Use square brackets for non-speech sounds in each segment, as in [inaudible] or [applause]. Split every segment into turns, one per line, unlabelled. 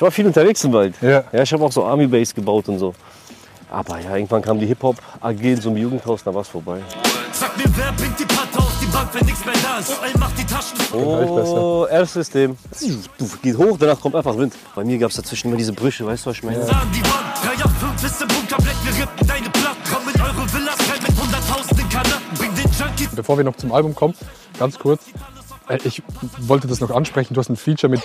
war viel unterwegs im Wald.
Ja.
ja ich habe auch so Army Base gebaut und so. Aber ja, irgendwann kam die Hip-Hop-AG in so einem Jugendhaus, da war es vorbei.
Sag mir, wer bringt die Patte auf die Bank, wenn nix mehr da ist? Ey, mach die Taschen
Gleich besser.
Oh, R-System. Geht hoch, danach kommt einfach Wind. Bei mir gab es dazwischen immer diese Brüche, weißt du, was ich meine?
an die Wand. 3 auf 5 bis im Bunker, bleib mir rippen deine Platten. Komm mit euren Villas, rein mit 100.000 Kanaten. Bring den Junkie
Bevor wir noch zum Album kommen, ganz kurz. Äh, Ich wollte das noch ansprechen. Du hast ein Feature mit.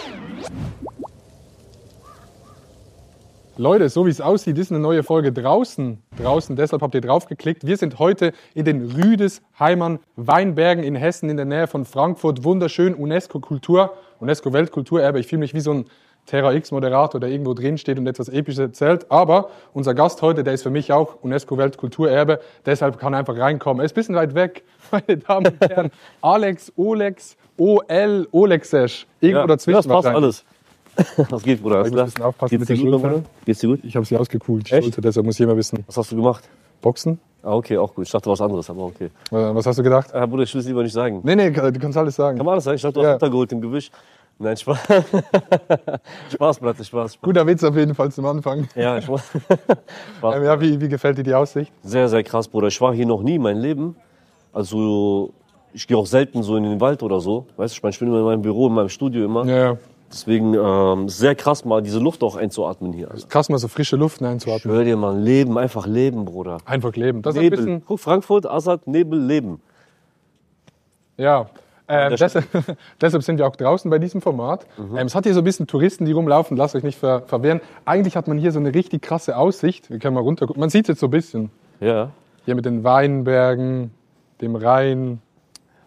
Leute, so wie es aussieht, ist eine neue Folge draußen. Draußen, deshalb habt ihr draufgeklickt. Wir sind heute in den Rüdesheimern Weinbergen in Hessen in der Nähe von Frankfurt. Wunderschön, UNESCO-Kultur, UNESCO-Weltkulturerbe. Ich fühle mich wie so ein Terra X-Moderator, der irgendwo drin steht und etwas Episches erzählt. Aber unser Gast heute, der ist für mich auch UNESCO-Weltkulturerbe. Deshalb kann er einfach reinkommen. Er ist ein bisschen weit weg, [laughs] meine Damen und Herren. Alex, Olex, OL, Olexesch. Irgendwo dazwischen.
das passt
wahrscheinlich.
alles. [laughs] Was geht, Bruder? Alles
Ich muss ein
klar?
bisschen aufpassen
Geht's
mit
dir
der
gut, mein
Schulter.
Bruder? Geht's dir gut?
Ich habe sie ausgekühlt, die
Echt?
Schulter, deshalb muss ich immer wissen.
Was hast du gemacht?
Boxen?
Ah, okay, auch gut. Ich dachte was anderes, aber okay.
Äh, Was hast du gedacht?
Ah, Bruder, ich will es lieber nicht sagen.
Nee, nee, du kannst alles sagen.
Kann man alles sagen? Ich dachte, du hast
Ja.
runtergeholt im Gewisch. Nein, Spaß. [laughs] Spaß, Blatt, Spaß. Spaß.
Guter Witz auf jeden Fall zum Anfang.
Ja, ich mach-
Ähm, ja, wie, wie gefällt dir die Aussicht?
Sehr, sehr krass, Bruder. Ich war hier noch nie in meinem Leben. Also, ich gehe auch selten so in den Wald oder so. Weißt du, ich, mein, ich bin immer in meinem Büro, in meinem Studio immer.
Ja,
Deswegen ähm, sehr krass, mal diese Luft auch einzuatmen hier. Alter.
krass mal so frische Luft
Ich
einzuatmen.
höre dir mal, Leben, einfach Leben, Bruder.
Einfach leben. Das ist Also ein
Nebel.
bisschen,
Guck, Frankfurt, Assad, Nebel, Leben.
ja. Ähm, deshalb, [laughs] deshalb sind wir auch draußen bei diesem Format.
Mhm.
Ähm, es hat hier so ein bisschen Touristen, die rumlaufen, lasst euch nicht ver verwehren. Eigentlich hat man hier so eine richtig krasse Aussicht. Wir können mal runter gucken. Man sieht jetzt so ein bisschen.
Ja.
Hier mit den Weinbergen, dem Rhein.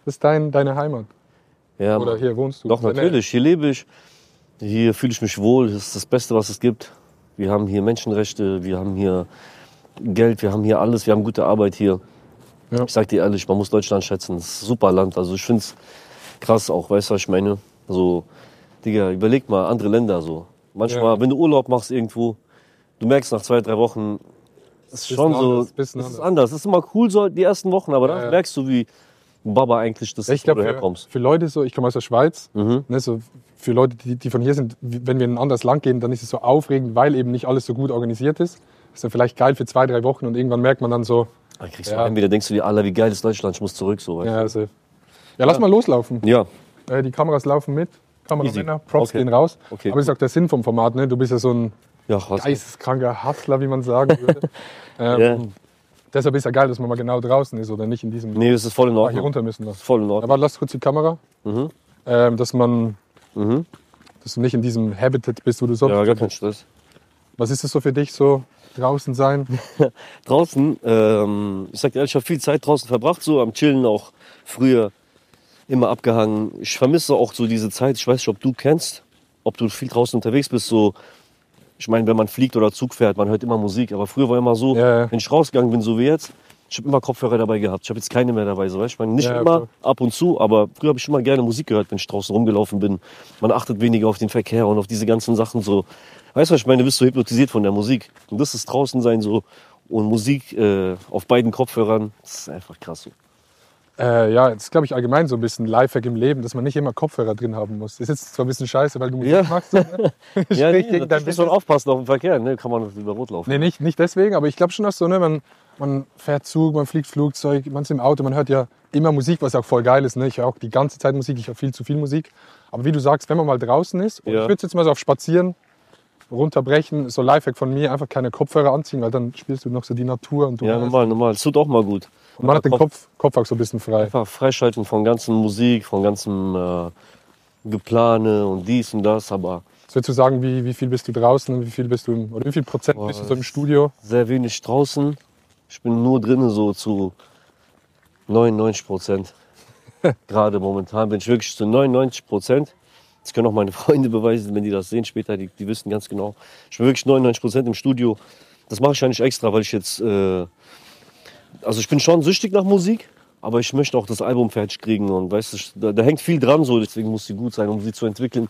Das ist dein, deine Heimat.
ja
Oder
Mann.
hier wohnst du.
Doch,
Nee.
natürlich. Hier lebe ich. Hier fühle ich mich wohl. Das ist das Beste, was es gibt. Wir haben hier Menschenrechte, wir haben hier Geld, wir haben hier alles, wir haben gute Arbeit hier.
Ja.
Ich sag dir ehrlich, man muss Deutschland schätzen. Es ist ein super Land. Also ich finde es krass auch, weißt du, was ich meine? So, Digga, überleg mal, andere Länder so. Manchmal, wenn du Urlaub machst irgendwo, du merkst nach zwei, drei Wochen, es ist
Bisschen
schon so,
anders, bisschen
es ist
anders.
anders. Es ist immer cool so die ersten Wochen, aber dann
ja.
merkst du, wie Baba eigentlich das
Ich
ist, wo du
glaube, für,
herkommst. Mhm.
für Leute so, ich komme aus der Schweiz, ne, so für Leute, die, die von hier sind, wie- wenn wir in ein anderes Land gehen, dann ist es so aufregend, weil eben nicht alles so gut organisiert ist. Ist dann vielleicht geil für zwei, drei Wochen und irgendwann merkt man dann so,
Dann kriegst du
Ja.
einen wieder, denkst du dir, Alter, wie geil ist Deutschland, ich muss zurück, so, weißt
ja, also, ja lass mal loslaufen.
du? Ja,
Äh, die Kameras laufen mit, Kameramänner, Props
Okay.
gehen raus.
Okay,
Aber das ist auch der Sinn vom Format, ne? du bist ja so ein
ja, was?
geisteskranker Hustler, wie man sagen
[laughs]
würde. ähm,
Ja.
Deshalb ist ja geil, dass man mal genau draußen ist oder nicht in diesem...
Nee, das ist voll in
Ah, hier
Ordnung.
runter müssen
Das
lassen.
ist voll in Ordnung.
Aber lass kurz die Kamera.
Mhm.
Ähm, dass man. Dass du nicht in diesem Habitat bist, wo du sonst.
Ja, gar kein Stress.
Was ist das so für dich, so draußen
[laughs]
sein?
draußen, ähm, ich sag dir ehrlich, ich habe viel Zeit draußen verbracht, so am Chillen auch früher immer abgehangen. Ich vermisse auch so diese Zeit, ich weiß nicht, ob du kennst, ob du viel draußen unterwegs bist, so. Ich meine, wenn man fliegt oder Zug fährt, man hört immer Musik. Aber früher war immer so,
Ja, ja.
wenn ich rausgegangen bin, so wie jetzt, ich habe immer Kopfhörer dabei gehabt. Ich habe jetzt keine mehr dabei. So, weißt? du? Ich meine, nicht
Ja,
immer,
klar.
ab und zu, aber früher habe ich immer gerne Musik gehört, wenn ich draußen rumgelaufen bin. Man achtet weniger auf den Verkehr und auf diese ganzen Sachen so. Weißt du, was ich meine? Du bist so hypnotisiert von der Musik. Und das ist draußen sein so. Und Musik äh, auf beiden Kopfhörern, das ist einfach krass. So.
[laughs] Äh, ja, das ist, glaube ich, allgemein so ein bisschen Lifehack im Leben, dass man nicht immer Kopfhörer drin haben muss. Das ist jetzt zwar ein bisschen scheiße, weil du Musik
Ja.
machst. so, Ne?
Ja,
Sprich
nee,
gegen dein
natürlich muss man
Business.
aufpassen auf den Verkehr, ne? kann man über Rot laufen.
nee, nicht, nicht deswegen, aber ich glaube schon, dass so, ne, man, man fährt Zug, man fliegt Flugzeug, man ist im Auto, man hört ja immer Musik, was auch voll geil ist. Ne? Ich höre auch die ganze Zeit Musik, ich höre viel zu viel Musik. Aber wie du sagst, wenn man mal draußen ist, und
Ja.
ich würde jetzt mal so auf Spazieren runterbrechen, so Lifehack von mir, einfach keine Kopfhörer anziehen, weil dann spielst du noch so die Natur und du
Ja, normal, normal. Es tut auch mal gut.
Und man hat den Kopf, Kopf auch so ein bisschen frei.
Einfach freischalten von ganzen Musik, von ganzem äh, Geplane und dies und das, aber
Was würdest du sagen, wie, wie viel bist du draußen und wie viel bist du im, oder wie viel Prozent bist du so im Studio?
sehr wenig draußen. Ich bin nur drinnen so zu 99 Prozent. Gerade momentan bin ich wirklich zu 99 Prozent. Das können auch meine [laughs] Freunde beweisen, wenn die das sehen später. Die, die wissen ganz genau. Ich bin wirklich 99 Prozent im Studio. Das mache ich ja nicht extra, weil ich jetzt. Äh, also ich bin schon süchtig nach Musik, aber ich möchte auch das Album fertig kriegen. Und weißt du, da, da hängt viel dran so. Deswegen muss sie gut sein. Um sie zu entwickeln,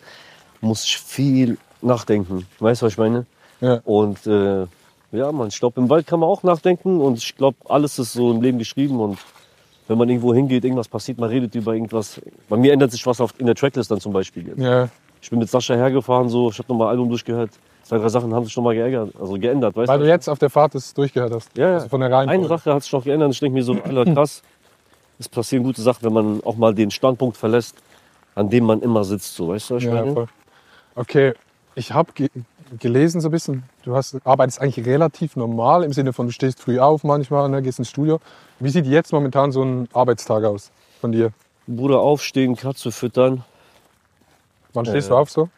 muss ich viel nachdenken. Weißt du, was ich meine?
Ja.
Und äh, ja, man, ich glaube, im Wald kann man auch nachdenken und ich glaube, alles ist so im Leben geschrieben und wenn man irgendwo hingeht, irgendwas passiert, man redet über irgendwas. Bei mir ändert sich was auf, in der Tracklist dann zum Beispiel. Jetzt.
ja.
Ich bin mit Sascha hergefahren, so, ich habe nochmal Album durchgehört. Zwei, drei Sachen haben sich nochmal geärgert, also geändert, weißt
Weil du jetzt auf der Fahrt das durchgehört hast.
Ja, ja.
Also von der Reihenfolge.
Eine Sache hat sich noch geändert. Ich denke mir so, Alter, krass. Es passieren gute Sachen, wenn man auch mal den Standpunkt verlässt, an dem man immer sitzt. So, weißt du, was ich
Ja,
meine?
voll. Okay, ich habe ge gelesen so ein bisschen, du hast, arbeitest eigentlich relativ normal im Sinne von, du stehst früh auf manchmal, ne, gehst ins Studio. Wie sieht jetzt momentan so ein Arbeitstag aus von dir?
Bruder aufstehen, Katze füttern,
Wann
Ja,
stehst
ja.
du auf so?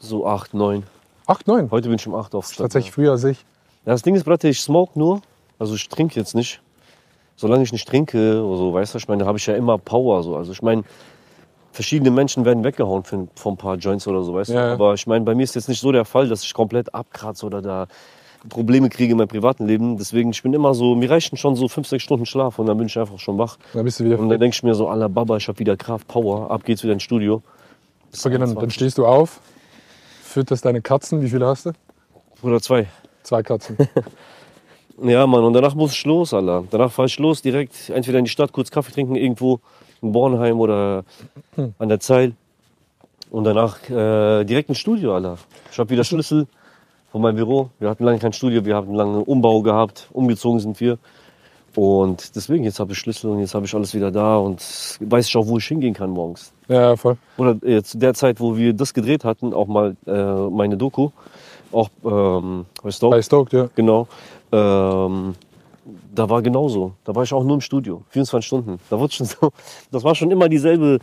so 8, 9.
Acht, neun?
Heute bin ich um 8 aufgestanden.
Tatsächlich früher als ich.
Ja, das Ding ist, Bratte, ich smoke nur. Also ich trinke jetzt nicht. Solange ich nicht trinke oder so, weißt du, ich meine, habe ich ja immer Power. So. Also ich meine, verschiedene Menschen werden weggehauen für, von ein paar Joints oder so, weißt
Ja,
du.
ja.
Aber ich meine, bei mir ist jetzt nicht so der Fall, dass ich komplett abkratze oder da Probleme kriege in meinem privaten Leben. Deswegen, ich bin immer so, mir reichen schon so fünf, sechs Stunden Schlaf und dann bin ich einfach schon wach.
Dann bist du wieder
Und dann denke ich mir so, aller Baba, ich habe wieder Kraft, Power, ab geht's wieder ins Studio. Bis
Okay, dann, dann
21.
stehst du auf, fütterst deine Katzen. Wie viele hast du?
Oder zwei. [laughs]
Zwei Katzen.
Ja, Mann, und danach muss ich los, Alter. Danach fahr ich los, direkt entweder in die Stadt, kurz Kaffee trinken, irgendwo in Bornheim oder an der Zeil. Und danach äh, direkt ins Studio, Alter. Ich hab wieder Schlüssel von meinem Büro. Wir hatten lange kein Studio, wir haben lange Umbau gehabt, umgezogen sind wir. Und deswegen, jetzt habe ich Schlüssel und jetzt habe ich alles wieder da und weiß ich auch, wo ich hingehen kann morgens.
ja, voll.
Oder äh, zu der Zeit, wo wir das gedreht hatten, auch mal äh, meine Doku, auch ähm, weißt du,
Bei Stoke, ja.
Genau. Ähm, da war genauso. Da war ich auch nur im Studio. 24 Stunden. Da wurde schon [laughs] so. Das war schon immer dieselbe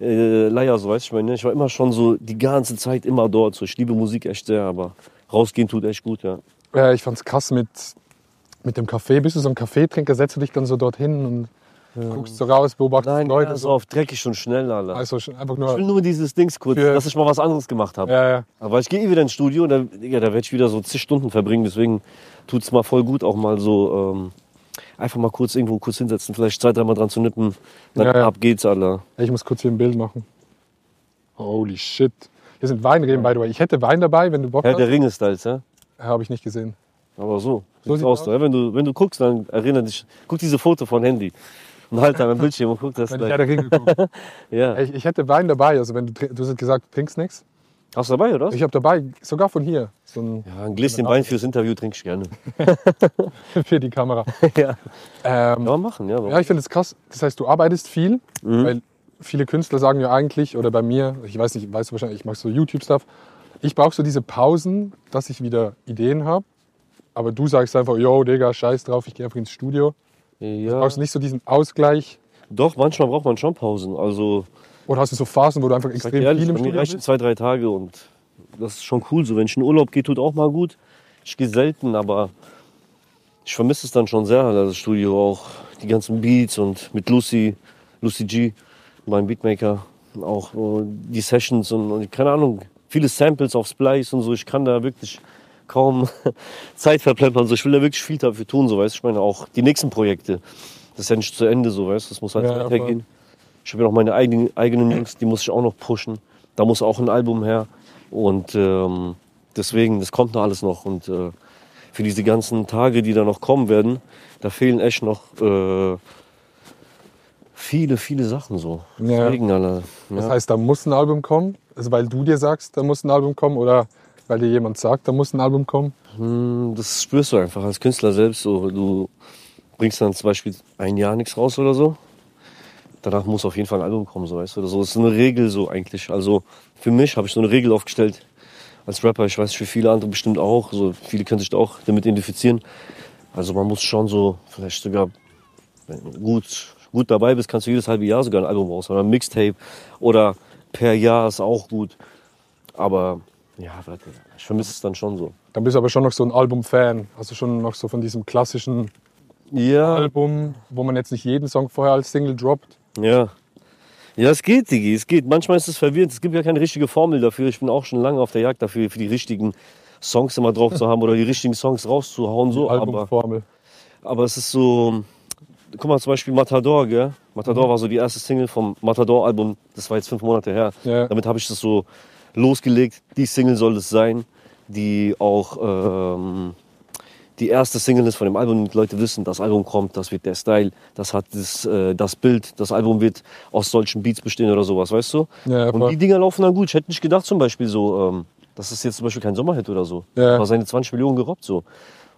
äh, Leier, so weißt du, ich meine. Ich war immer schon so die ganze Zeit immer dort. So, ich liebe Musik echt sehr, aber rausgehen tut echt gut, ja.
ja. Ich fand's krass mit, mit dem Kaffee. Bist du so ein Kaffeetrinker? Setzt du dich dann so dorthin und guckst so raus, beobachtest
Ähm, Nein,
Leute.
Leute, so
so.
auf dreckig und schnell, Alter.
Also schon einfach
ich will
nur.
nur dieses Dings kurz,
Für-
dass ich mal was anderes gemacht habe.
Ja, ja.
Aber ich gehe eh wieder ins Studio und da, ja, da werde ich wieder so zig Stunden verbringen. Deswegen tut es mal voll gut, auch mal so ähm, einfach mal kurz irgendwo kurz hinsetzen, vielleicht zwei, dreimal dran zu nippen. Dann
Ja, ja.
ab geht's, Alter.
Ey, Ich muss kurz hier ein Bild machen. Holy shit. Hier sind Weinreben, by the way. Ich hätte Wein dabei, wenn du Bock
Herr
hast.
der Ringe ist da jetzt, ja?
Habe ich nicht gesehen.
Aber so.
So
sieht's
sieht's
aus.
aus.
Da. Wenn, du, wenn du guckst, dann erinnere dich. Guck diese Foto von Handy. Und halt an am Bildschirm und guck das
Wenn ich
gleich.
Herr der Ringe gucke.
Ja.
Ey, ich, ich hätte Wein dabei. Also wenn du, trin- du hast gesagt, trinkst nichts.
Hast du dabei, oder?
Ich genau. habe dabei, sogar von hier, so ein
Ja, ein Gläschen Wein fürs Interview trinke ich gerne.
[laughs] für die Kamera.
ja.
Ähm,
Kann man machen, ja. aber-
Ja, ich finde es krass. Das heißt, du arbeitest viel, weil viele Künstler sagen ja eigentlich, oder bei mir, ich weiß nicht, weißt du wahrscheinlich, ich mache so YouTube-Stuff. Ich brauche so diese Pausen, dass ich wieder Ideen habe. Aber du sagst einfach, yo, Digga, scheiß drauf, ich gehe einfach ins Studio.
ja.
Brauchst du nicht so diesen Ausgleich?
Doch, manchmal braucht man schon Pausen. Also,
Oder hast du so Phasen, wo du einfach
ich sag
extrem
dir ehrlich,
viel im
bei mir
Studio
reichen
bist?
zwei, drei Tage und das ist schon cool. So, wenn ich in Urlaub gehe, tut auch mal gut. Ich gehe selten, aber ich vermisse es dann schon sehr, Alter, das Studio auch. Die ganzen Beats und mit Lucy, Lucy G, meinem Beatmaker, auch äh, die Sessions und, und keine Ahnung, viele Samples auf Splice und so. Ich kann da wirklich kaum [laughs] Zeit verplempern. So, ich will da wirklich viel dafür tun, so weißt du. Ich meine, auch die nächsten Projekte, das ist ja nicht zu Ende, so weißt du. Das muss halt
Ja, ja,
weitergehen. Ich habe ja noch meine eigenen, eigenen Jungs, die muss ich auch noch pushen. Da muss auch ein Album her. Und ähm, deswegen, das kommt noch alles noch. Und äh, für diese ganzen Tage, die da noch kommen werden, da fehlen echt noch äh, viele, viele Sachen so.
Ja.
Deswegen, Alter. Ja.
Das heißt, da muss ein Album kommen? Also weil du dir sagst, da muss ein Album kommen? Oder weil dir jemand sagt, da muss ein Album kommen?
Hm, Das spürst du einfach als Künstler selbst. So, du bringst dann zum Beispiel ein Jahr nichts raus oder so. Danach muss auf jeden Fall ein Album kommen, so weißt du. Oder so. Das ist eine Regel so eigentlich. Also für mich habe ich so eine Regel aufgestellt als Rapper. Ich weiß, für viele andere bestimmt auch. So, viele können sich da auch damit identifizieren. Also man muss schon so, vielleicht sogar wenn du gut, gut dabei bist, kannst du jedes halbe Jahr sogar ein Album raus oder ein Mixtape oder per Jahr ist auch gut. Aber ja, ich vermisse es dann schon so.
Dann bist du aber schon noch so ein Album-Fan. Also schon noch so von diesem klassischen
Ja,
Album, wo man jetzt nicht jeden Song vorher als Single droppt.
Ja. Ja, es geht, Digi, es geht. Manchmal ist es verwirrend. Es gibt ja keine richtige Formel dafür. Ich bin auch schon lange auf der Jagd dafür, für die richtigen Songs immer drauf zu haben oder die richtigen Songs rauszuhauen. So. Aber,
Albumformel.
aber es ist so. Guck mal, zum Beispiel Matador, gell? Matador
Mhm.
war so die erste Single vom Matador-Album. Das war jetzt fünf Monate her.
Ja.
Damit habe ich das so losgelegt. Die Single soll es sein, die auch ähm, die erste Single ist von dem Album, damit Leute wissen, das Album kommt, das wird der Style, das hat das, äh, das Bild, das Album wird aus solchen Beats bestehen oder sowas, weißt du?
Ja, ja,
Und
voll.
die Dinger laufen dann gut. Ich hätte nicht gedacht zum Beispiel so, ähm, das ist jetzt zum Beispiel kein Sommerhit oder so.
Ja.
Aber seine 20 Millionen gerobbt so.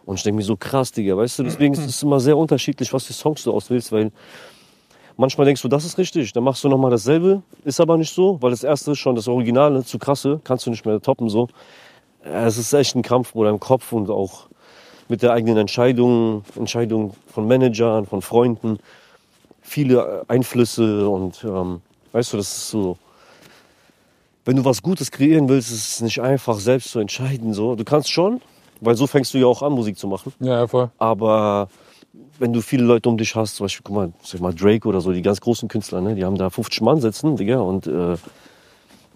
Und ich denke mir so, krass, Digga, weißt du, deswegen ist es immer sehr unterschiedlich, was für Songs du auswählst, weil manchmal denkst du, das ist richtig, dann machst du nochmal dasselbe, ist aber nicht so, weil das erste ist schon das Originale, zu krasse, kannst du nicht mehr toppen so. Äh, Es ist echt ein Kampf, Bruder, im Kopf und auch mit der eigenen Entscheidung, Entscheidung von Managern, von Freunden, viele äh, Einflüsse und ähm, weißt du, das ist so, wenn du was Gutes kreieren willst, ist es nicht einfach, selbst zu entscheiden. So. Du kannst schon, weil so fängst du ja auch an, Musik zu machen.
Ja, ja, voll.
Aber wenn du viele Leute um dich hast, zum Beispiel, guck mal, sag mal Drake oder so, die ganz großen Künstler, ne, die haben da 50 Mann sitzen, Digga, und äh,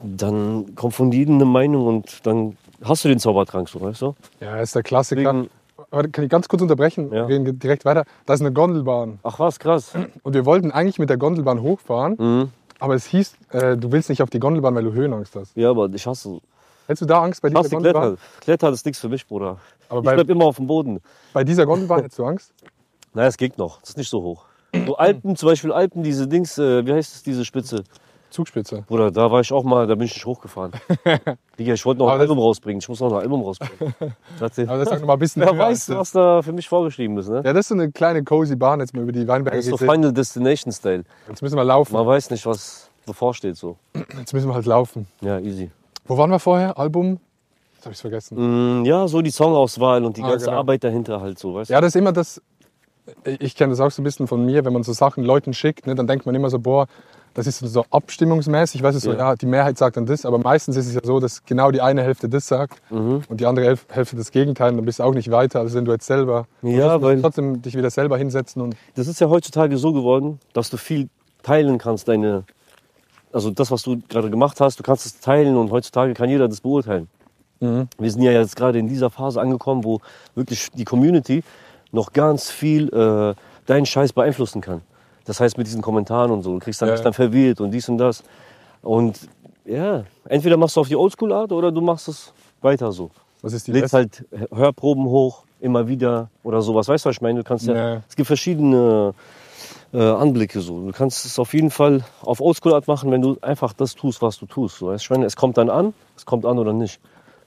dann kommt von jedem eine Meinung und dann hast du den Zaubertrank, so, weißt du?
Ja, ist der Klassiker.
Deswegen-
Warte, kann ich ganz kurz unterbrechen?
Ja.
Wir gehen direkt weiter. Da ist eine Gondelbahn.
Ach was, krass.
Und wir wollten eigentlich mit der Gondelbahn hochfahren,
Mhm.
aber es hieß, äh, du willst nicht auf die Gondelbahn, weil du Höhenangst hast.
Ja, aber ich hasse,
Hättest du da Angst bei dieser
hasse
Gondelbahn?
Klettern. Klettern ist nichts für mich, Bruder.
Aber
ich
bei-
bleib immer auf dem Boden.
Bei dieser Gondelbahn hättest du Angst?
Naja, es geht noch. Es ist nicht so hoch. So Alpen, zum Beispiel Alpen, diese Dings, äh, wie heißt es, diese Spitze?
Zugspitze.
Bruder, da war ich auch mal, da bin ich nicht
[laughs]
hochgefahren. Digga, ich wollte noch
Aber
ein
das-
Album rausbringen. Ich muss noch ein Album
[laughs]
rausbringen. Warte.
Aber das ist doch noch mal ein
[laughs]
bisschen
Wer
höher
weiß,
als das.
was da für mich vorgeschrieben ist, ne?
Ja, das ist so eine kleine cozy Bahn jetzt mal über die Weinberge
Das ist so
geht's jetzt.
Final Destination Style.
Jetzt müssen wir laufen.
Man weiß nicht, was bevorsteht so.
Jetzt müssen wir halt laufen.
Ja, easy.
Wo waren wir vorher? Album? Jetzt habe ich vergessen.
Mm, ja, so die Songauswahl und die
Ah,
ganze
genau.
Arbeit dahinter halt so, weißt du?
Ja, das ist immer das. Ich kenne das auch so ein bisschen von mir, wenn man so Sachen Leuten schickt, ne, dann denkt man immer so, boah, das ist so abstimmungsmäßig. Weißt du, so, ja.
Ja.
die Mehrheit sagt dann das, aber meistens ist es ja so, dass genau die eine Hälfte das sagt
Mhm.
und die andere Hälf- Hälfte das Gegenteil. Und dann bist du auch nicht weiter, als wenn du jetzt selber.
Ja,
du musst
weil-
trotzdem dich wieder selber hinsetzen und.
Das ist ja heutzutage so geworden, dass du viel teilen kannst, deine. Also das, was du gerade gemacht hast, du kannst es teilen und heutzutage kann jeder das beurteilen.
Mhm.
Wir sind ja jetzt gerade in dieser Phase angekommen, wo wirklich die Community noch ganz viel äh, deinen Scheiß beeinflussen kann. Das heißt mit diesen Kommentaren und so. Du kriegst dann,
Ja.
bist dann verwirrt und dies und das. Und ja, entweder machst du auf die Oldschool-Art oder du machst es weiter so.
Was ist die
Lädst
beste?
halt Hörproben hoch, immer wieder oder sowas. Weißt du, was ich meine? Du kannst ja,
Nee.
es gibt verschiedene äh, Anblicke so. Du kannst es auf jeden Fall auf Oldschool-Art machen, wenn du einfach das tust, was du tust. So, weißt du, ich meine, es kommt dann an, es kommt an oder nicht.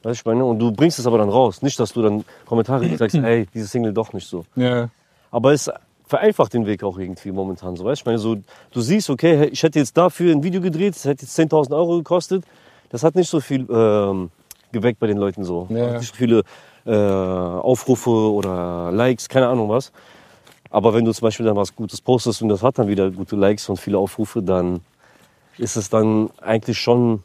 Weißt du, ich meine, und du bringst es aber dann raus. Nicht, dass du dann Kommentare kriegst, sagst, ey, diese Single doch nicht so.
Ja.
Aber es vereinfacht den Weg auch irgendwie momentan. So, weißt? du? Ich meine, so, du siehst, okay, ich hätte jetzt dafür ein Video gedreht, das hätte jetzt 10.000 Euro gekostet. Das hat nicht so viel ähm, geweckt bei den Leuten so.
Ja.
Hat Nicht so viele äh, Aufrufe oder Likes, keine Ahnung was. Aber wenn du zum Beispiel dann was Gutes postest und das hat dann wieder gute Likes und viele Aufrufe, dann ist es dann eigentlich schon